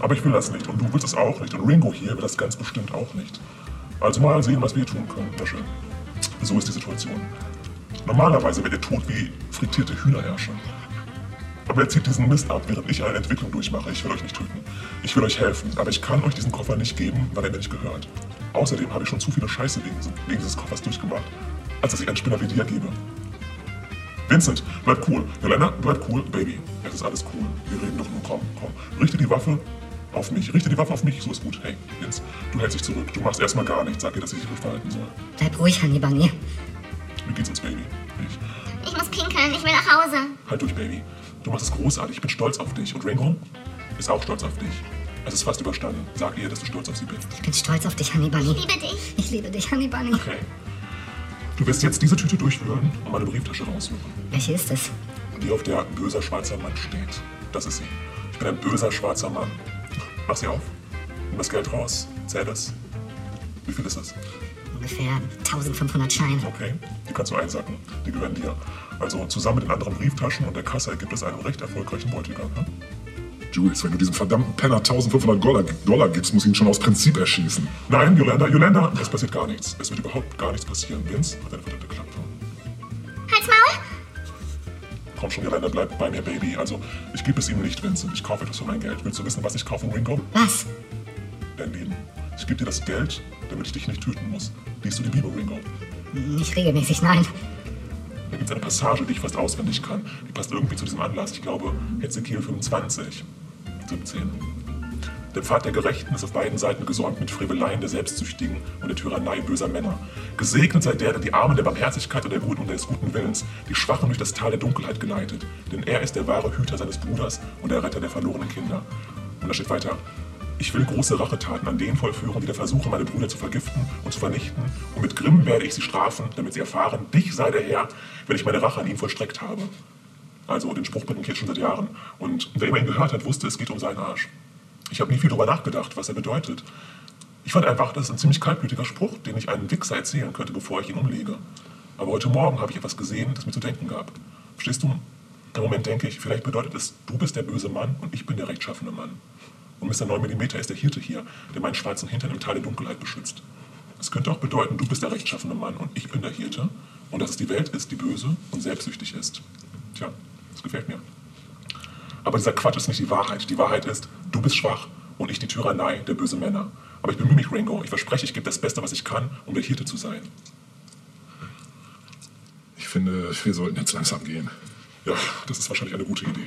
[SPEAKER 1] Aber ich will das nicht. Und du willst es auch nicht. Und Ringo hier will das ganz bestimmt auch nicht. Also mal sehen, was wir tun können. Na schön. So ist die Situation. Normalerweise wird ihr tot wie frittierte Hühnerherrscher. Aber er zieht diesen Mist ab, während ich eine Entwicklung durchmache. Ich will euch nicht töten. Ich will euch helfen, aber ich kann euch diesen Koffer nicht geben, weil er mir nicht gehört. Außerdem habe ich schon zu viele Scheiße wegen, wegen dieses Koffers durchgemacht, als dass ich einen Spinner wie dir gebe. Vincent, bleib cool. Helena, bleib cool, Baby. Es ist alles cool. Wir reden doch nur. Komm, komm. Richte die Waffe auf mich. Richte die Waffe auf mich. So ist gut. Hey, Vince, du hältst dich zurück. Du machst erstmal gar nichts. Sag ihr, dass sie sich ruhig verhalten soll.
[SPEAKER 6] Bleib ruhig, Honey Bunny.
[SPEAKER 1] Wie geht's uns, Baby? Ich.
[SPEAKER 5] Ich muss pinkeln. Ich will nach Hause.
[SPEAKER 1] Halt durch, Baby. Du machst es großartig. Ich bin stolz auf dich. Und Ringo ist auch stolz auf dich. Es ist fast überstanden. Sag ihr, dass du stolz auf sie bist.
[SPEAKER 6] Ich bin stolz auf dich, Honey Bunny.
[SPEAKER 5] Liebe dich.
[SPEAKER 6] Ich liebe dich, Honey Bunny.
[SPEAKER 1] Okay. Du wirst jetzt diese Tüte durchwühlen und meine Brieftasche raussuchen,
[SPEAKER 6] Welche ist es?
[SPEAKER 1] die auf der böser schwarzer Mann steht. Das ist sie. Ich bin ein böser schwarzer Mann. Mach sie auf. Nimm das Geld raus. Zähl das. Wie viel ist das?
[SPEAKER 6] Ungefähr 1500 Scheine.
[SPEAKER 1] Okay, die kannst du einsacken. Die gehören dir. Also zusammen mit den anderen Brieftaschen und der Kasse ergibt es einen recht erfolgreichen Beutelgang. Ne?
[SPEAKER 7] Jules, wenn du diesem verdammten Penner 1500 Dollar, Dollar gibst, muss ich ihn schon aus Prinzip erschießen.
[SPEAKER 1] Nein, Jolanda, Jolanda, es passiert gar nichts. Es wird überhaupt gar nichts passieren. Vince hat eine verdammte Klappe.
[SPEAKER 5] Halt's Maul.
[SPEAKER 1] Komm schon, Jolanda, bleib bei mir, Baby. Also, ich gebe es ihm nicht, Vincent. Ich kaufe etwas für mein Geld. Willst du wissen, was ich kaufe, Ringo?
[SPEAKER 6] Was?
[SPEAKER 1] Dein Leben. Ich gebe dir das Geld, damit ich dich nicht töten muss. Liest du die Bibel, Ringo?
[SPEAKER 6] Nicht regelmäßig, nein.
[SPEAKER 1] Da gibt es eine Passage, die ich fast auswendig kann. Die passt irgendwie zu diesem Anlass. Ich glaube, Hezekiel 25, 17. Der Pfad der Gerechten ist auf beiden Seiten gesäumt mit Freveleien der Selbstsüchtigen und der Tyrannei böser Männer. Gesegnet sei der, der die Armen der Barmherzigkeit und, der guten, und des guten Willens, die Schwachen durch das Tal der Dunkelheit geleitet. Denn er ist der wahre Hüter seines Bruders und der Retter der verlorenen Kinder. Und da steht weiter. Ich will große Rachetaten an denen vollführen, die da versuchen, meine Brüder zu vergiften und zu vernichten. Und mit Grimm werde ich sie strafen, damit sie erfahren, dich sei der Herr, wenn ich meine Rache an ihm vollstreckt habe. Also den Spruch bringe ich jetzt schon seit Jahren. Und wer immer ihn gehört hat, wusste, es geht um seinen Arsch. Ich habe nie viel darüber nachgedacht, was er bedeutet. Ich fand einfach, das ist ein ziemlich kaltblütiger Spruch, den ich einem Wichser erzählen könnte, bevor ich ihn umlege. Aber heute Morgen habe ich etwas gesehen, das mir zu denken gab. Verstehst du? Im Moment denke ich, vielleicht bedeutet es, du bist der böse Mann und ich bin der rechtschaffene Mann. Und Mr. 9mm ist der Hirte hier, der meinen schwarzen Hintern im Tal der Dunkelheit beschützt. Es könnte auch bedeuten, du bist der rechtschaffene Mann und ich bin der Hirte und dass es die Welt ist, die böse und selbstsüchtig ist. Tja, das gefällt mir. Aber dieser Quatsch ist nicht die Wahrheit. Die Wahrheit ist, du bist schwach und ich die Tyrannei der bösen Männer. Aber ich bemühe mich, Ringo. Ich verspreche, ich gebe das Beste, was ich kann, um der Hirte zu sein.
[SPEAKER 7] Ich finde, wir sollten jetzt langsam gehen.
[SPEAKER 1] Ja, das ist wahrscheinlich eine gute Idee.